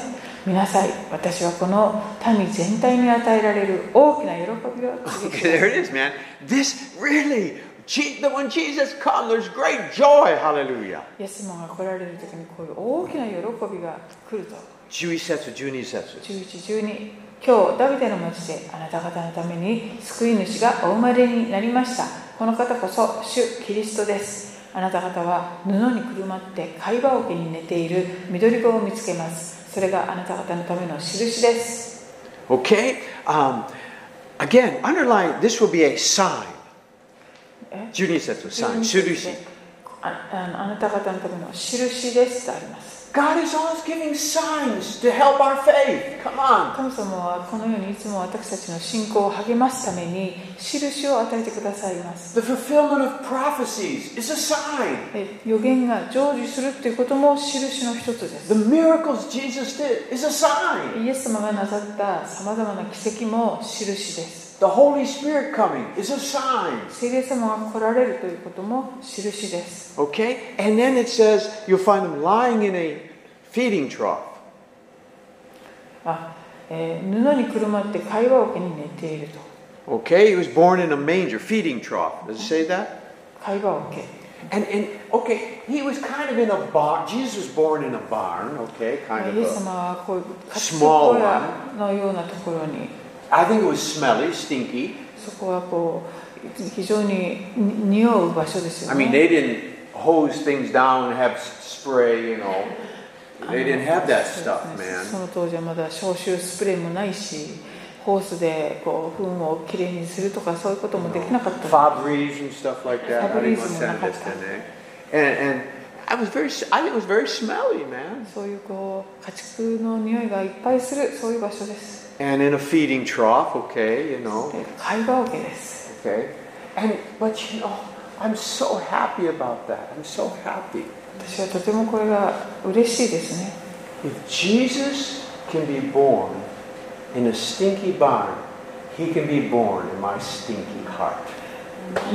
見なさい私はこの民全体に与えられる大きな喜びを告げ
(laughs) Okay,
ている
there it is, man. This really, Je- that when Jesus comes, there's great joy. Hallelujah.
イエス様が来られる時にこういう大きな喜びが来ると
Juisetsu, junisetsu.
11、12今日ダビデの町であなた方のために救い主がお生まれになりましたこの方こそ主キリストですあなた方は布にくるまって貝羽桶に寝ている緑子を見つけますそれがあなた方のための印です
Okay? Um, again, underline, this will be a sign.
え
Junisetsu, sign. Surushi.
ああのあなた方のための印ですとあります
God is always giving signs to help our faith. Come on.
神様はこのようにいつも私たちの信仰を励ますために印を与えてくださいます
The fulfillment of prophecies is a sign.
え予言が成就するということも印の一つです
The miracles Jesus did is a sign.
イエス様がなさったさまざまな奇跡も印です
The Holy Spirit coming is a sign.
聖霊様が来られるということも印です
Okay? And then it says you'll find them lying in a feeding trough.
あ、えー布にくるまって会話桶に寝ていると
Okay? He was born in a manger, feeding trough. Does it say that?
会話桶
And, and okay, he was kind of in a barn. Jesus was born in a barn, okay?
まあ
Kind
イエ
of
ス
a,
様はこういう活
Small
小屋のようなところに
I think it was smelly, stinky.
そこはこう非常にに匂う場所です
I
よ
mean,
ね。
they didn't hose things down and have s- spray, you know. They didn't have that stuff,
そうです
man.
ねその当時はまだ消臭スプレーもないし、ホースでこう糞をきれいにするとかそういうこともできなかった。
Fabrice and stuff like that. I didn't want to send this to Nick. And, and I was very, I think it was very smelly, man.
そういうこう家畜の匂いがいっぱいするそういう場所です。
And in a feeding trough, okay, you know,
で貝羽桶です。
okay. And but you know, I'm so happy about that. I'm so happy.
私はとてもこれが嬉しいですね。
If Jesus can be born in a stinky barn, he can be born in my stinky heart.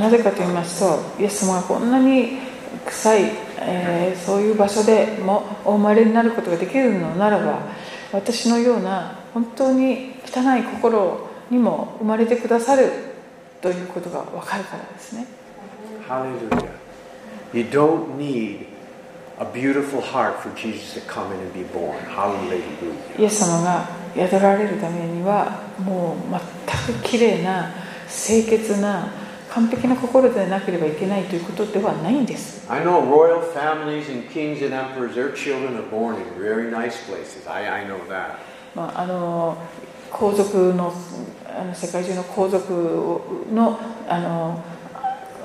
なぜかと言いますと、イエス様がこんなに臭いえーそういう場所でもお生まれになることができるのならば私のような本当に汚い心にも生まれてくださるということが分かるからですね
Hallelujah. You don't need a beautiful heart for Jesus to come in and be born. Hallelujah.
イエス様が宿られるためにはもう全く綺麗な清潔な完璧な心でなければいけないということではないんです
I know royal families and kings and emperors, their children are born in very nice places. I, I know that.
まあ、あの皇族のあの世界中の皇族のあの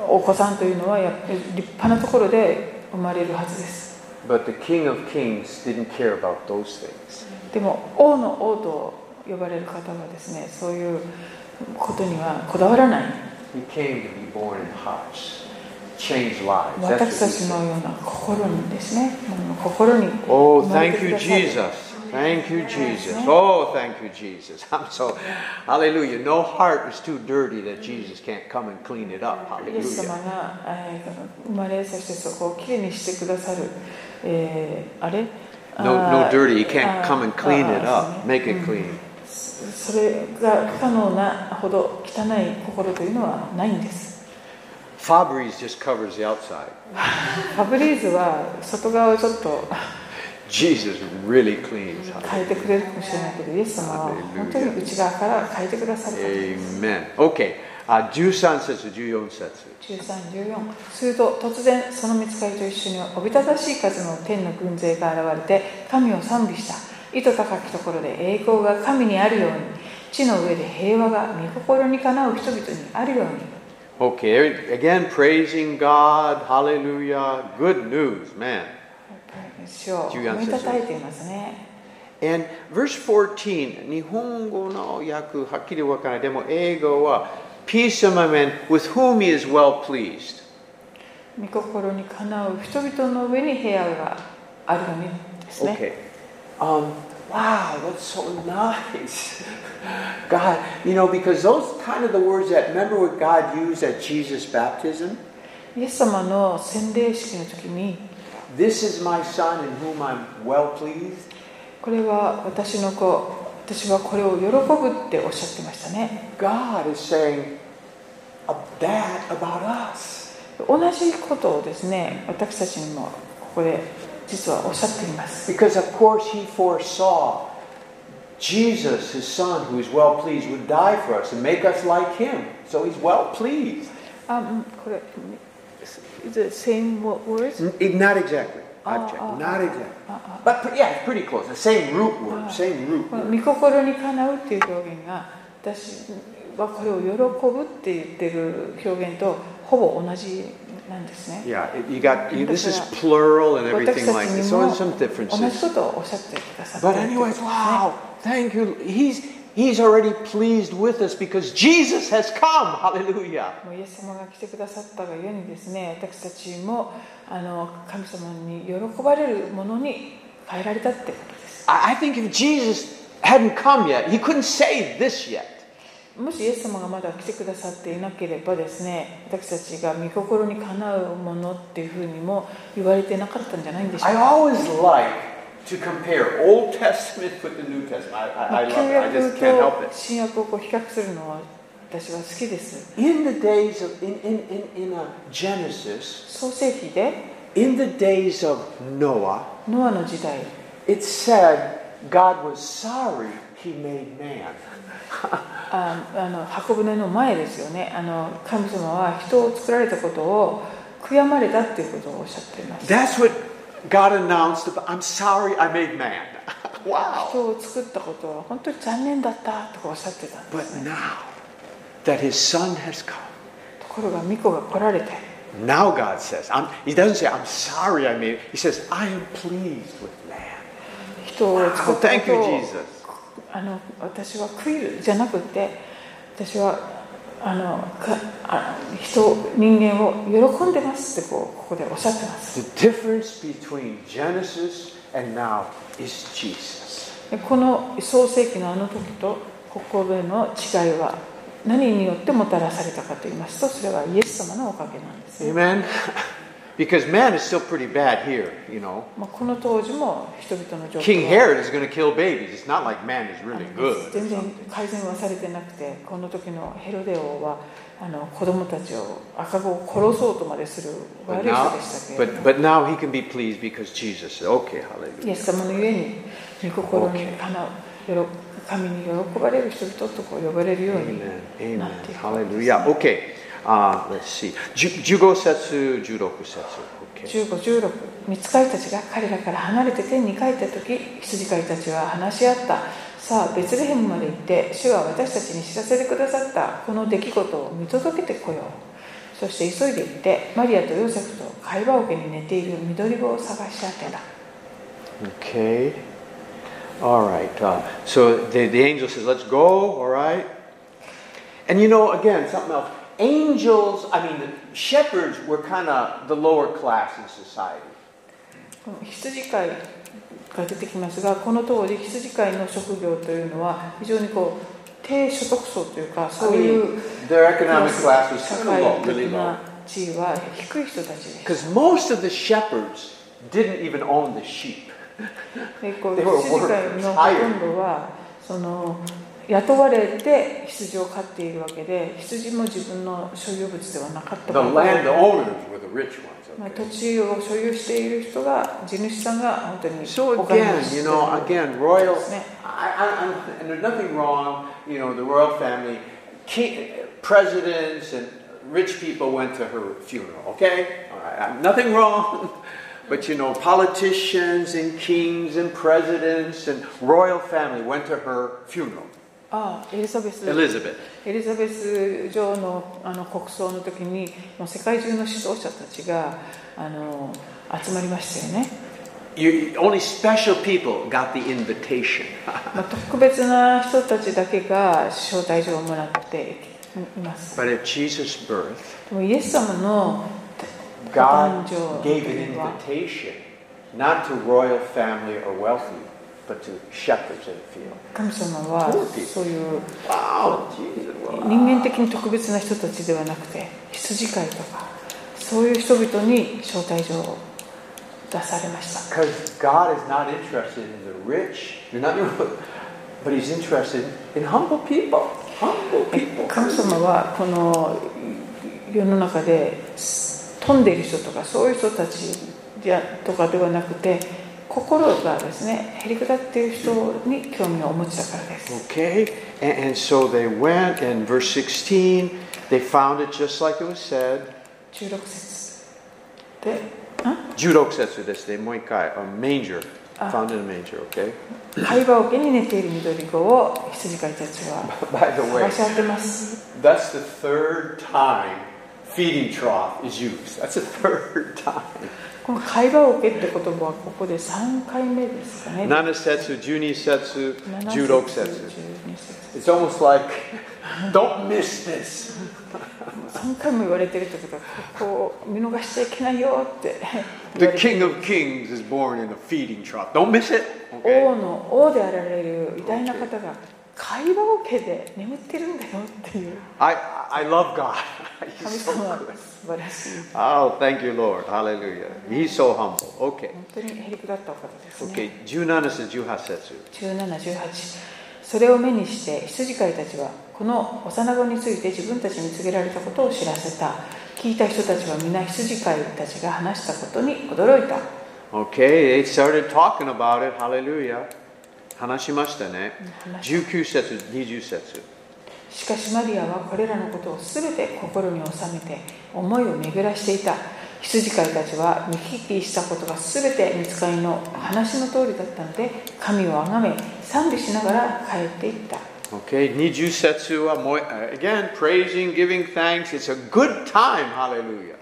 お子さんというのはやっぱり立派なところで生まれるはずです
But the King of Kings didn't care about those things.
でも王の王と呼ばれる方はですねそういうことにはこだわらない
He came to be born in hearts, change lives. That's what he
私たち
said.
のような心にですねもう心に
Oh,
生まれ
thank
てく
you,
ださる
Jesus. Thank you, Jesus. Oh, thank you, Jesus. (laughs) I'm so, hallelujah. No heart is too dirty that Jesus can't come and clean it up.
イエス様
Hallelujah.
が、えー生まれそしてそこをきれいにしてくださる、えーあれ
No,
あ
no
ー
dirty. He can't
あー
come and clean
あー
it
そう
up,
ね
make it clean.
そそれが不可能なほど汚い心というのはないんです
Fabry's just covers the outside.
ファブリーズは外側をちょっと
Jesus really cleans.
変えてくれるかもしれないけどイエス様は本当に内側から変えてくださる方です
Amen. Okay. Uh, 13節、14節。
1314すると突然その見つかりと一緒におびただしい数の天の軍勢が現れて神を賛美した意図高きところで栄光が神にあるように地の上で平和が御心にかなう人々にあるように
Okay. Again, praising God. Hallelujah. Good news, man.
主を褒めたたえていますね
And verse 14, 日本語の訳はっきりわからない。でも英語は、Peace among men with whom he is well pleased.
御心にかなう人々の上に平和があるようにですね、
Okay. Um, wow, that's so nice. (laughs) God, you know, because those kind of the words that, remember what God used at Jesus' baptism?
イエス様の洗礼式の時に
This is my son in whom I'm well pleased.
これは私の子私はこれを喜ぶっておっしゃってましたね
God is saying that about us.
同じことをですね私たちにもここで実はおっしゃっています
Because, of course, he foresaw Jesus, his son, who is well pleased, would die for us and make us like him. So he's well pleased.
あうんこれ The same words?
N- Not exactly. Object.
oh,
Not
oh,
exactly. Uh,
oh, oh.
But pre- yeah, it's pretty close. The same root word.
Oh.
Same root
この
word.
御心にかなうっていう表現が私はこれを喜ぶって言ってる表現とほぼ同じなんですね
Yeah, it- you got you, this is
That's right.
plural and
私
everything
た
like
ち
this.
に
So
も
there's some
同じ
differences.
ことをおっしゃってくださって
But
るってこと
anyways,
ですね
wow, thank you. He's he's already pleased with us because Jesus has come. Hallelujah.
もうイエス様が来てくださったがゆえにですね私たちもあの神様に喜ばれるものに変えられたってことです
I, I think if Jesus hadn't come yet, he couldn't say this yet.
もしイエス様がまだ来てくださっていなければですね私たちが御心にかなうものっていうふうにも言われてなかったんじゃないんでしょう
I
か
always like to compare Old Testament with the New Testament. I, I,
ま
I love
あ旧
it. I
約
just can't help
と
it.
新約をこう比較するのは私は好きです
In the days of in in in, in uh, Genesis.
創世記で
In the days of Noah,
ノアの時代
it said God was sorry he made man.
ああの箱舟の前ですよねあの神様は人を作られたことを悔やまれたっていうことをおっしゃっています
That's what God announced about, I'm sorry I made man. (laughs) wow.
人を作ったことは本当に残念だったとかおっしゃってたんで
But
すね
now that his son has come,
ところが巫女が来られて
now God says, I'm, he doesn't say, I'm sorry I made it. He says, I am pleased with man.
人を作
Wow,
ったこ
thank
と
you,
を
Jesus.
あの私は悔いるじゃなくて私はあのかあ人人間を喜んでますってこうここでおっしゃってます
The difference between Genesis and now is Jesus.
でこの創世紀のあの時とここでの違いは何によってもたらされたかと言いますとそれはイエス様のおかげなんですね
Amen. (laughs) Because man is still pretty bad here, you know.
まあ、この当時も人々の状
King
況は
Herod is going to kill babies. It's not like man is
あ
really
の
good.
全然改善はされてなくてこの時のヘロデ王はあの子供たちを赤子を殺そうとまでする
But
悪い人
now,
でしたけれど
but,
も
but now he can be pleased because Jesus said, okay, hallelujah.
イエス様のゆえに御心にかなうよろ神に喜ばれる人々とこう呼ばれるように
Amen.
なっ
Amen.
ていく
Hallelujah. Okay. Uh, let's see. Ju- 15節、16節。Okay.
1516見つかりたちが彼らから離れて天に帰った時羊飼いたちは話し合ったさあベツレヘムまで行って主は私たちに知らせてくださったこの出来事を見届けてこようそして急いで行ってマリアとヨセフと会話桶に寝ている緑子を探し当てた
Okay. All right. Uh, so the, the angel says, let's go. All right. And you know, again, something else. Angels, I mean, the shepherds were kind of the lower class in society.
この羊飼いが出てきますがこの当時羊飼いの職業というのは非常にこう低所得層というかそういう
their
社
economic class was kind of
会
low,
的
really low.
な地位は低い人たちです
Because most of the shepherds didn't even own the sheep.
でこう
They were
羊飼いのほとんどはその雇われて羊を飼っているわけで羊も自分の所有物ではなかった
The
から
land owners were the rich
まあ、
ones.
土
Okay.
地を所有している人が地主さんが本当に
So
お金を
again,
してい
you
る
know, again, royal.
ですね
I, I, I'm, and there's nothing wrong, you know, the royal family, king, presidents and rich people went to her funeral, okay? All right, I'm- nothing wrong. (laughs) But you know, politicians and kings and presidents and royal family went to her funeral.
ああエリザベス
Elizabeth.
エリザベス女王のあの国葬の時にもう世界中の指導者たちがあの集まりましたよね、
You, only special people got the invitation.
まあ、特別な人たちだけが招待状をもらっています
But at Jesus' birth,
でもイエス様のご誕
God
生
gave an
日は
invitation, not to royal family or wealthy, but to shepherds in the field.
神様はそういう
Wow, Oh, Jesus.
人間的に特別な人たちではなくて羊飼いとかそういう人々に招待状を出されました
Because God is not interested in the rich, you're not, (laughs) but He's interested in humble people. Humble people.
神様はこの世の中で富んでいる人とかそういう人たちじゃとかではなくて心がですねへりくだっている人に興味をお持ちだからです
Okay, and, and so they went, and verse 16, they found it just like it was said.
16節で
16節ですね、もう一回。A manger.
あ。
Found in a manger, okay? (laughs)
会話桶に寝ている緑子を羊飼いたちは
By the
探
way,
し当てます
that's the third time feeding trough is used. That's the (laughs) third time.
この会話桶って言葉はここで3回目ですかね
Nanasetsu, junisetsu,
7節
judosetsu.
12節
It's almost like, (laughs) don't miss this.
3回も言われてるってことはここを見逃しちゃいけないよって言
The
われて
King of Kings is born in a feeding trough. Don't miss it.
王の王であられる偉大な方が会話桶で眠ってるんだよっていう
I, I love God. (laughs)
神
He's
様
so
は
good.
素晴らしい
Oh, thank you, Lord. Hallelujah. He's so humble. Okay.
本当にへりくだったお方ですね
Okay. 17節、18節。
1718それを目にして羊飼いたちはこの幼子について自分たちに告げられたことを知らせた聞いた人たちは皆羊飼いたちが話したことに驚いた
Okay, they started talking about it. Hallelujah. 話しましたね。
話
19節、20節。
しかしマリアはこれらのことを全て心に収めて思いを巡らしていた羊飼いたちは見聞きしたことが全て見つかりの話の通りだったので神をあがめ賛美しながら帰っていった
Okay, 20節はもう、uh, again, praising, giving thanks. It's a good time. Hallelujah.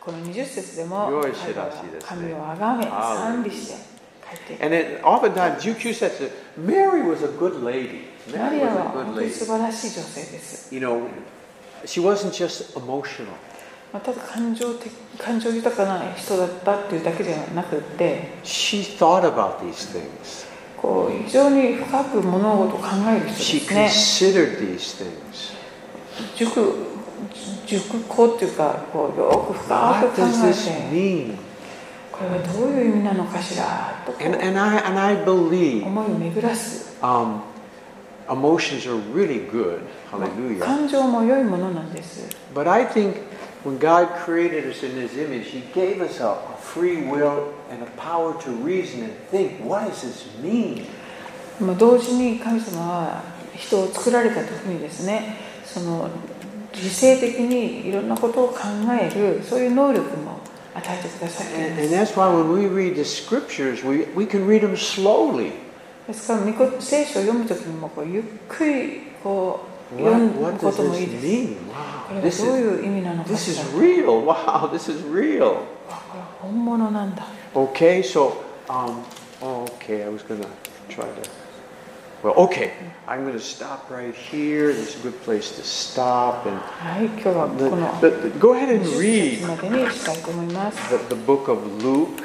この20節でも
良い
彼
知
ら
ら
は
しですね
神をあがめ
ああ
賛美して帰っていく
And then oftentimes, 19節, Mary was a good lady.
マリ
Mary
ア
was
は
a good
本当に
lady.
素晴らしい女性です、
You know, she wasn't just emotional.
まあ、ただ感情的感情豊かな人だったっていうだけではなくって
She thought about these things.
こう非常に深く物事を考える
She
人ですね
considered these things.
熟熟考というかこうよく深く
What
考
does
え
this
て
mean?
これはどういう意味なのかしらとこ
And,
う
and, I, and I believe
思いを巡らす
um, emotions are really good. Hallelujah.
感情も良いものなんです
But I think when God created us in His image, He gave us a, a free will and a power to reason and think. What does this mean?
まあ同時に神様は人を作られた時にですねその理性的にいろんなことを考えるそういう能力も与えてくださってい
And,
ま
and
す
that's why when we read the scriptures, we, we can read them slowly.
ですから御子聖書を読む時にもこうゆっくりこう
What,
読む
what
こ
does
ともいいで
this
す
mean? Wow.
これはどう
This is,
いう意味なのか
this
し
is
ら
real. Wow, this is real.
あこれは本物なんだ
Okay, so, um, okay, I was gonna try to. Well, okay, I'm gonna stop right here. This is a good place to stop. And
はい今日はこ
the,
の
the, the- go ahead and
20
read
節までにしたいと思います
the, the book of Luke.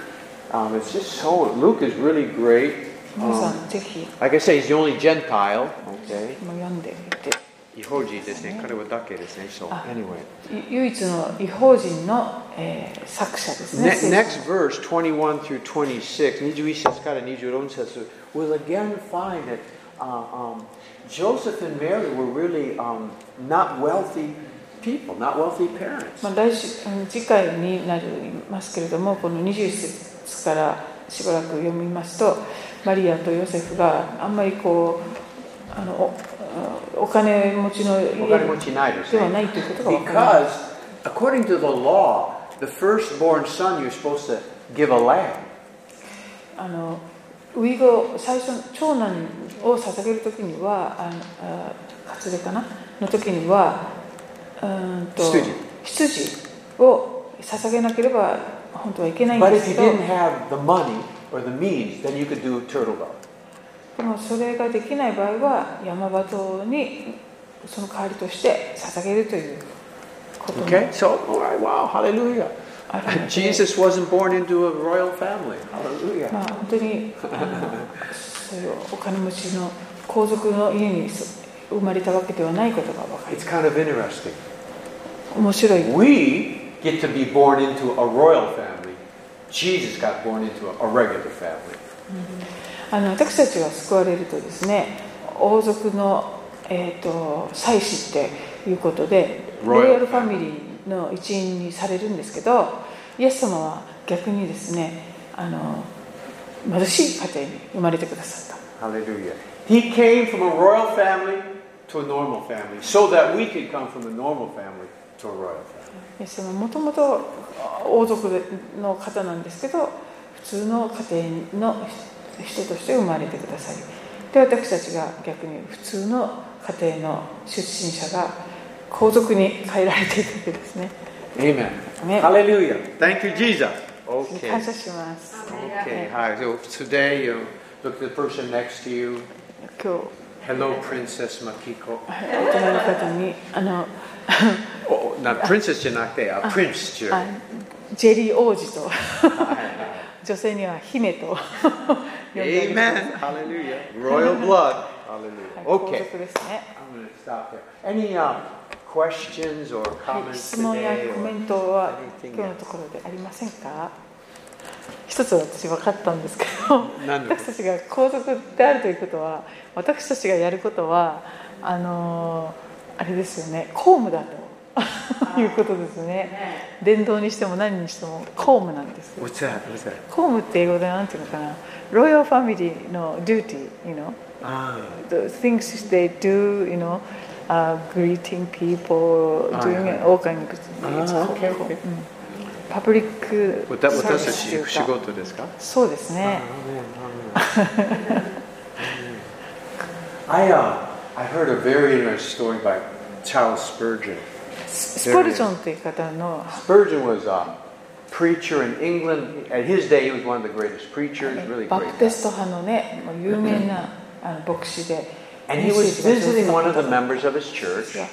Um, it's just so Luke is really great.
皆さ
Um,
んぜひ
like I say, he's the only Gentile. Okay.
もう読んでみて
違法人ですね。彼はだけですね。So
あ。
anyway,
い唯一の違法人の、えー作者ですね
Ne- next verse 21 through 26, 21節から24節 we'll again find that uh, um, Joseph and Mary were really um, not wealthy people, not wealthy parents.
まあ、来週うん次回になりますけれどもこの21節からしばらく読みますとマリアとヨセフがあんまりこうあのおお金持ちの家では
お金持ちないですね。
ないということが分かります
Because according to the law, the firstborn son you're supposed to give a lamb.
あの遺後最初の長男を捧げる時にはあのあかつれかなの時にはうーんと
羊
羊を捧げなければ本当はいけないん
But
で
if
す
you
けど
didn't have the money or the means, then you could do turtle dove.
でもそれができない場合は山鳩にその代わりとして捧げるということも
Okay, so, all right, wow, hallelujah.
あるの
(laughs)
で
Jesus wasn't born into a royal family. Hallelujah.
まあ本当にあのそういうお金持ちの皇族の家に生まれたわけではないことが分かり
It's kind of interesting.
面白い
We get to be born into a royal family. Jesus got born into a, a regular family.
あの私たちが救われるとですね王族の、えー、と祭司っていうことでロ
Royal
イヤルファミリーの一員にされるんですけどイエス様は逆にですねあの貧しい家庭に生まれてくださっ
Hallelujah. He came from a royal family to a normal family so that we could come from a normal family to a royal family.
たイエス様はもともと王族の方なんですけど普通の家庭の人として生まれてくださいで私たちが逆に普通の家庭の出身者が皇族に変えられていくわけですね
Amen.
ね
Hallelujah. Thank you, Jesus. Okay.
感謝します。
Okay, hi. So today you look at the person next to you.
今日
Hello, Princess Makiko.
大人の方にあの
Oh, not princess じゃなくて、あ、prince
あ
(laughs)
ジェリー王子と女性には姫と呼んであげて
Amen. Hallelujah. (laughs) Royal blood.
は
Hallelujah.
い皇
Okay.
族ですね。
I'm going to stop there. Any uh, questions or
はい
comments
質問や
today?
コメ
or-
ントは
anything
今日のところでありませんか？一つ私分かったんですけど、
何の
私たちが皇族であるということは、私たちがやることはあのあれですよね、公務だということですね。伝道にしても何にしても公務なんです。
What's that? What's that?
公務って英語でなんていうのかな、ロイヤルファミリーの duty、you know。
Ah.
the things they do, you know, uh, greeting people,
Ah,
doing
yeah.
all kind of things.
Ah,
It's called-
okay, okay.
うん public
わた-
service とい
私た
うか
ち仕事ですか？
そうですね。
(laughs) I uh, I heard a very interesting story by Charles Spurgeon.
ススポルジョンという方の
Spurgeon was a preacher in England. At his day, he was one of the greatest preachers. Really
バ
great.
プテ
guy.
スト派のね、もう有名なあの牧師で、
And he was
メッセー
visiting
ジが上手だ
one
っ
of
た
the members of his church,
ん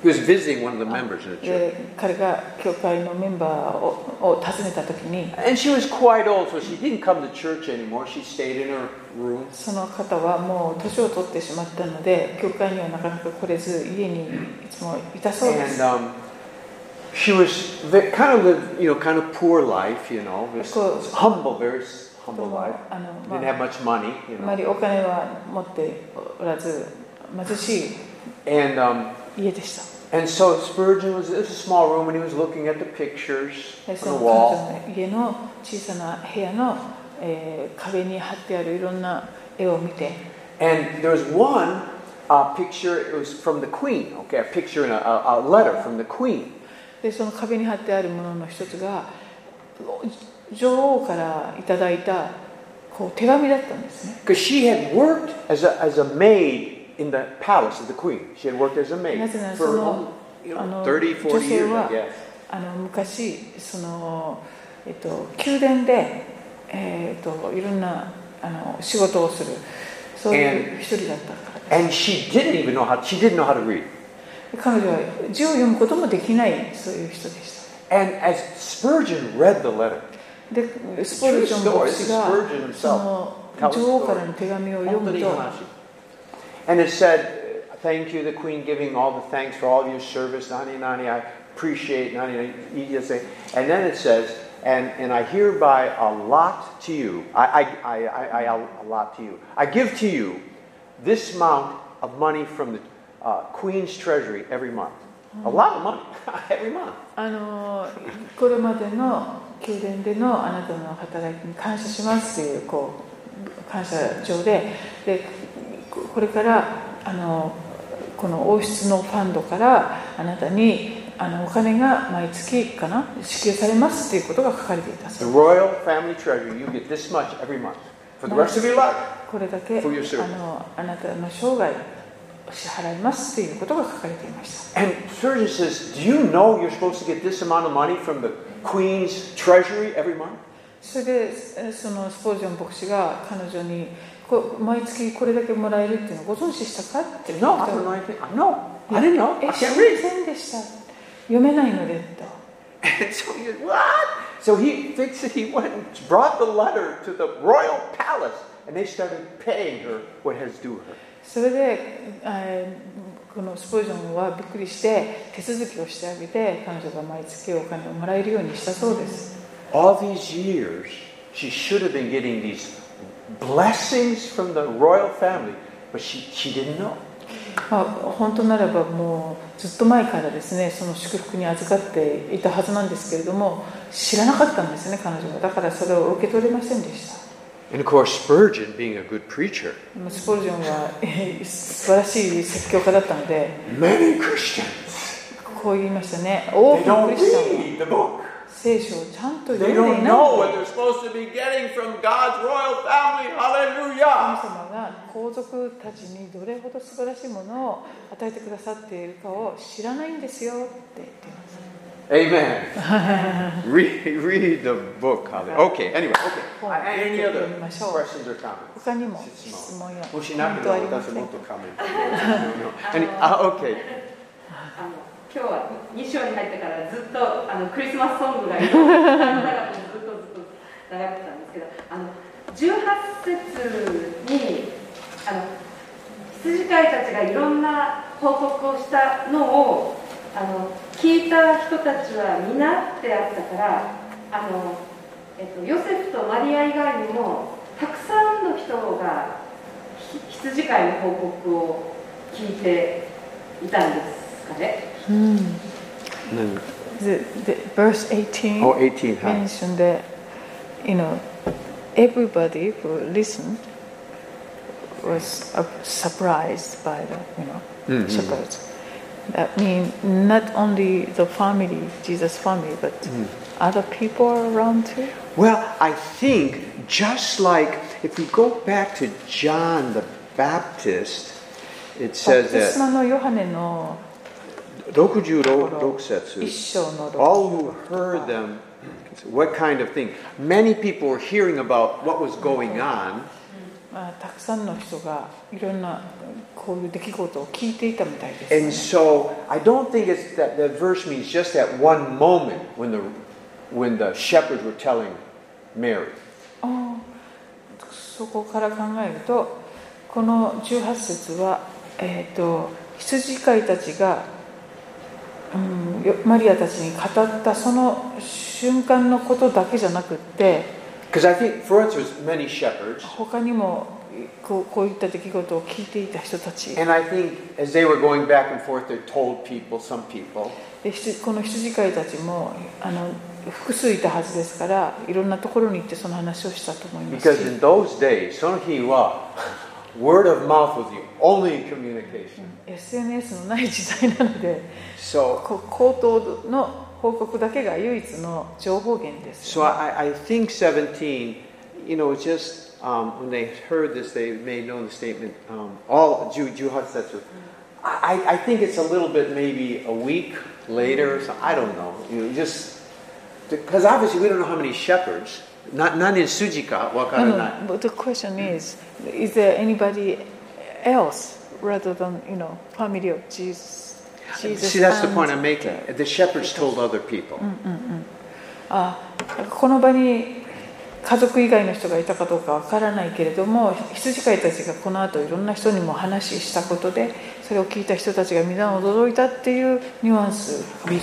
He was visiting one of the members in the church.
で彼が教会のメンバーをを訪ねた時に
And she was quite old, so she didn't come to church anymore. She stayed in her room.
その方はもう年を取ってしまったので教会にはなかなか来れず家にいつもいたそうで
And
す
um, she was ve- kind of lived, you know, kind of poor life, you know, just
Cool.
humble, very s-
あ
humble life.
の、ま
Didn't
あ
have much money, you
あま
know.
りお金は持っておらず貧しい
And um,
家でした
and so Spurgeon was it was a small room, and he was looking at the pictures
で
on
そ
the
の彼女
wall.
の家の小さな部屋の、えー壁に貼ってあるいろんな絵を見て
And there was one uh, picture. It was from the Queen. Okay, a picture and a, a, a letter from the Queen.
でその壁に貼ってあるものの一つが女王からいただいたこう手紙だったんですね
Because she had worked as a, as a maid in the palace of the queen. She had worked as a maid
なぜなら
for
その、
um, you
あの
know, 30, 40 years,
女性は、
I guess.
あの昔その、えっと、宮殿で、えーっといろんなあの仕事をするそういう一人だったから
And she didn't even know how, she didn't know how to read.
で彼女は字を読むこともできないそういう人でした
And as Spurgeon read the letter,
でスポルジョン牧師
Spurgeon himself
がその女王からの手紙を読むと
and it said, Thank you, the queen, giving all the thanks for all of your service, nani nani, I appreciate nani nani. you just say- And then it says, and, and I hereby allot to you, I, I, I, I, I allot to you, I give to you this amount of money from the uh, queen's treasury every month. A lot of money (laughs) every month.
あのこれまでの宮殿でのあなたの働きに感謝しますっていうこう感謝状ででここれからあのこの王室のファンドからあなたにあのお金が毎月かな支給されますっていうことが書かれていた
The
そう
royal family treasury, you get this much every month for the rest of your life.
これだけあ
For your service.
のあなたの生涯支払いますっていうことが書かれていました
And Spurgeon says, Do you know you're supposed to get this amount of money from the queen's treasury every month?
それでえそのスポージョン牧師が彼女にこ毎月これだけもらえるっていうのをご存知でしたかって聞い
No,
た
I
ら
don't know anything. No, I didn't know.
え
I
知り
can't
ま
read. (laughs)
せんでした読めないのでと
And so he says, What? So he thinks that he went and brought the letter to the royal palace and they started paying her what has due her.
それでえーこのスポージョンはびっくりして手続きをしてあげて彼女が毎月お金をもらえるようにしたそうです
All these years, she should have been getting these blessings from the royal family, but she, she didn't know.
まあ、本当ならばもうずっと前からですねその祝福に預かっていたはずなんですけれども知らなかったんですね彼女はだからそれを受け取れませんでした
And of course, Spurgeon, being a good preacher,
スポルジョンはえー素晴らしい説教家だったので
many Christians
こう言いましたね多く
they
の
don't
クリス
read the
チャンは
book.
聖書をちゃんと
They
読
don't know
んでいない神
what they're supposed to be getting from God's royal family. Hallelujah.
様が皇族たちにどれほど素晴らしいものを与えてくださっているかを知らないんですよって言っています
Amen. (laughs) read, read the book. Hallelujah. Okay. Anyway. Okay.
本を
Uh, Any
読んで読
other
みましょう
questions or comments?
他にも質
質
問やコメントありません
もしなければ私
か
もっと (laughs) comment. No, no. Any- ah, okay.
あの今日は2章に入ってからずっとあのクリスマスソングが長くずっとずっと流れてたんですけどあの18節にあの羊飼いたちがいろんな報告をしたのをあの聞いた人たちは皆ってあったからあの、えっと、ヨセフとマリア以外にもたくさんの人がひ羊飼いの報告を聞いていたんですかね。
And then-
The, the verse 18
Oh, 18. Hi.
mentioned that you know everybody who listened was uh, surprised by the you know
Mm-hmm.
shepherds. That means not only the family, Jesus' family, but
Mm.
other people around too.
Well, I think just like if we go back to John the Baptist, it says
バプテ
that.
スマのヨハネの一
66節
章の六
All who heard them, what kind of thing? Many people were hearing about what was going on,
まあ、uh, たくさんの人がいろんなこういう出来事を聞いていたみたいです、ね
And so I don't think it's that the verse means just that one moment when the when the shepherds were telling Mary.
ああそこから考えるとこの18節は、えー、と羊飼いたちが、うん、よマリアたちに語ったその瞬間のことだけじゃなくって
Because I think for us was many shepherds.
他にもこうこういった出来事を聞いていた人たち
And I think as they were going back and forth, they told people, some people.
で羊この羊飼いたちもあの複数いたはずですからいろんなところに行ってその話をしたと思います
Because in those days, Sonhiwa, (laughs) word of mouth was the only communication.
SNS のない時代なので
So
こ口頭の報告だけが唯一の情報源です、
So I, I think 17, you know, it's just um, when they heard this, they made known the statement, um, all Jew, Jew Hatsetsu. I, I think it's a little bit maybe a week later or something. I don't know. You know, just because obviously we don't know how many shepherds. Not none in Sujika,
な
wakaranai.
の but the question is is there anybody else rather than you know family of Jesus Jesus
See, that's the
and-
point I'm making. The shepherds told other people.
あこの場に家族以外の人がいたかどうかわからないけれども羊飼いたちがこの後いろんな人にも話したことでそれを聞いた人たちが皆驚いたっていうニュアンス
Because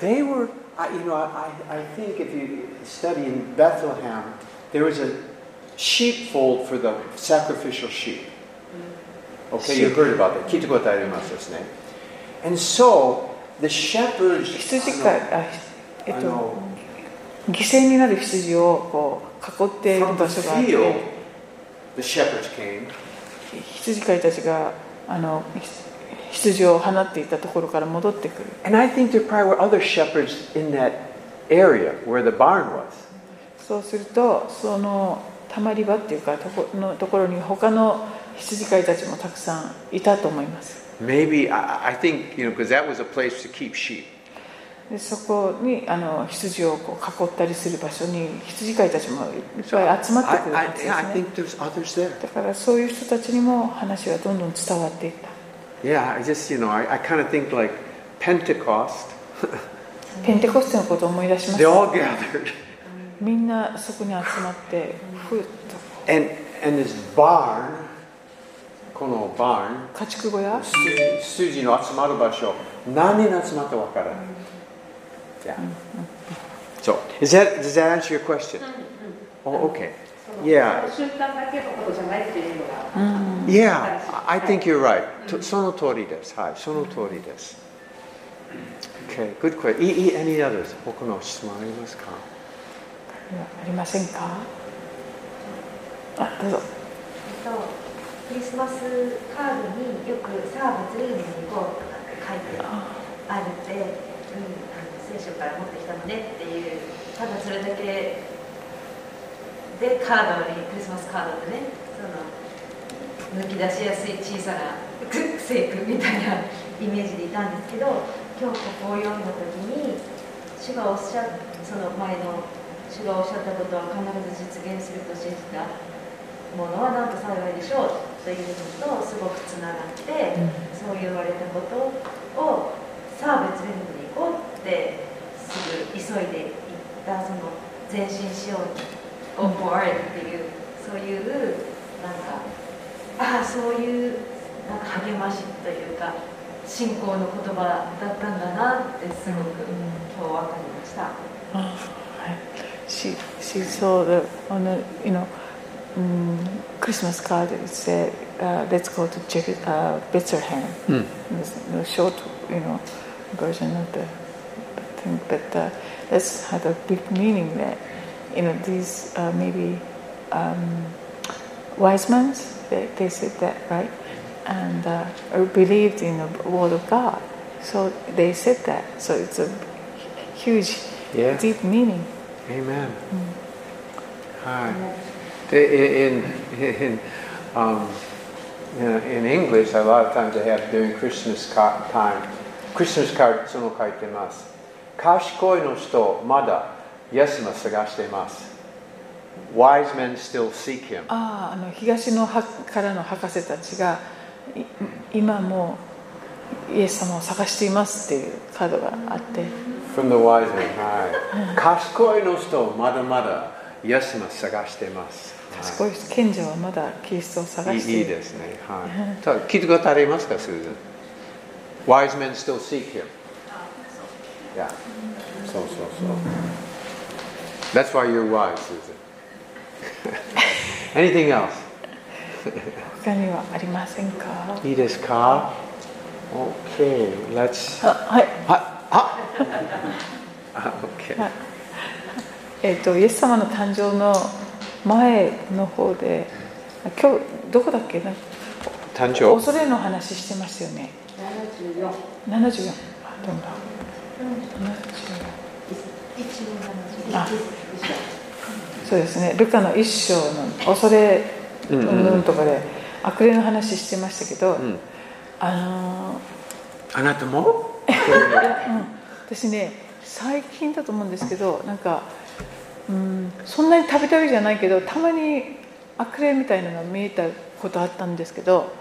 they were, I, you know, I, I think if you study in Bethlehem, there was a sheepfold for the sacrificial sheep. Okay, you heard about that. Kitakotai And so the shepherds.
羊飼いあえっ
あ
と
の
犠牲になる羊をこう囲っている
From
場
the
所があって
field, the shepherds came.
羊飼いたちがあのひ羊を放っていたところから戻ってくる
And I think there probably were other shepherds in that area where the barn was.
そうするとそのたまり場っていうかとこのところに他の羊飼いたちもたくさんいたと思います
Maybe, I, I think, you know, because that was a place to keep sheep.
でそこにあの羊をこう囲ったりする場所に羊飼いたちもいっぱい集まってくる
I,
は
I, yeah,
ずです
I
ね
think there's others there.
だからそういう人たちにも話はどんどん伝わっていった
Yeah, I just, you know, I, I kind of think like Pentecost.
ペンテコステのことを思い出し
They
ました
all (laughs) gathered.
みんなそこに集まってふっと
And, and this barn, kono barn,
家畜小屋
suji, suji no atsumaru basho, nani natsumata wakara. Yeah. So, is that, does that answer your question?
うんうん
Oh, okay.
その
Yeah.
その瞬間だけのことじゃないっていうのが、
Yeah, I I think you're right. To- その通りです。はい、その通りです。Okay, good question. いい any others? 他の質問ありますか
ありませんかあどうぞ
えっとクリスマスカードによく「さあ祭りに行こう」とかって書いてあるので、うん、あの聖書から持ってきたのねっていうただそれだけでカードにクリスマスカードでねその抜き出しやすい小さな聖句みたいなイメージでいたんですけど今日ここを読んだ時に主がおっしゃっその前の主がおっしゃったことは必ず実現すると信じた。ものはなんと幸いでしょうというのとすごくつながって、そう言われたことをさあ別ベルに行こうってすぐ急いで行ったその前進しよう Go for it っていうそういうなんかああそういうなんか励ましというか信仰の言葉だったんだなってすごく今日分かりました。
あはい She, she saw the, on the, you know, um, Christmas card, it said, uh, let's go to Jef- uh, Bethlehem.
Mm.
This- The short, you know, version of the thing, but uh, that's had a big meaning that, you know, these uh, maybe um, wise men, they, they said that, right? And uh, or believed in the word of God. So they said that. So it's a huge
Yeah.
deep meaning.
Amen. Hi. In, in, um, you know, in English, a lot of times they have during Christmas ca- time, Christmas card その書いてます。賢いの人まだ休み探してます。 wise men still seek him.
あああの東のはからの博士たちがい今もイエス様を探していますっていうカードがあって
From the wise men, hi. Kaskoi no sto, mada mada, yes mas, sagashite mas.
賢い人賢者はまだキリストを探している
いいですね。はい。聞いたことありますか、スーザン ?Wise men still seek him. Yeah. So, so, so. That's why you're wise, Susan. (laughs) Anything else?
他にはありませんか
Okay, let's.
あはい
Okay.
えー、とイエス様の誕生の前の方で今日どこだっけな恐れの話してましたよね
74
74あどんだ
一応
74あそうですねルカの一章の恐れ
うんうんうん
うんとかで悪霊の話してましたけど、
ん
あのー
誕生あなたも
私ね最近だと思うんですけどなんかうんそんなに食べたいじゃないけどたまに悪霊みたいなのが見えたことあったんですけど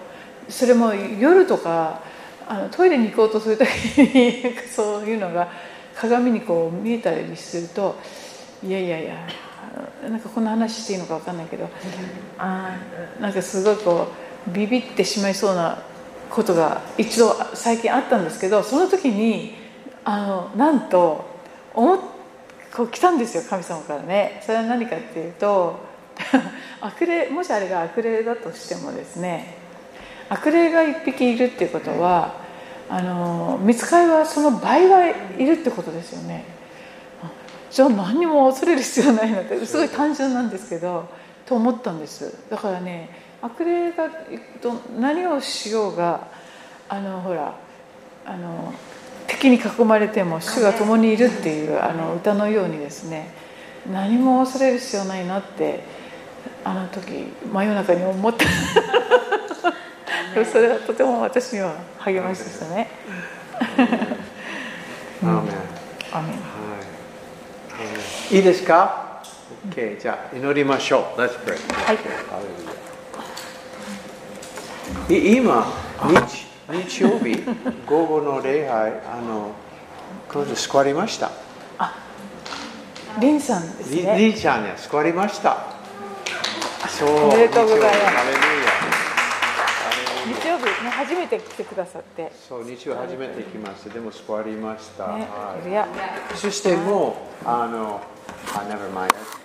それも夜とかあのトイレに行こうとする時になんかそういうのが鏡にこう見えたりするといやいやいやあのなんかこんな話していいのか分かんないけどあーなんかすごいこうビビってしまいそうなことが一度最近あったんですけどその時にあのなんと思っこう来たんですよ神様からねそれは何かっていうと (laughs) 悪霊もしあれが悪霊だとしてもですね悪霊が一匹いるっていうことはあの見つかりはその倍はいるってことですよねあじゃあ何にも恐れる必要ないなってすごい単純なんですけどと思ったんですだからね悪霊がど何をしようがあのほらあの敵に囲まれても主が共にいるっていうあの歌のようにですね何も恐れる必要ないなってあの時真夜中に思った (laughs) それはとても私には励ましでしたね
Amen.
アーメン
いいですか ?OK、じゃあ祈りましょう。Let's pray.
はい
い今日、日曜日、午後の礼拝、あの、彼女救われました。
リンさんです
り
ね
りーちゃんね、救われました。そう、
おめでとうございます
日曜日ハレルヤ
日曜日ね初めて来てくださってね
そう、日曜初めて来ました。でも救われました。はい
いや
そしてもう、あの、あ、never mind.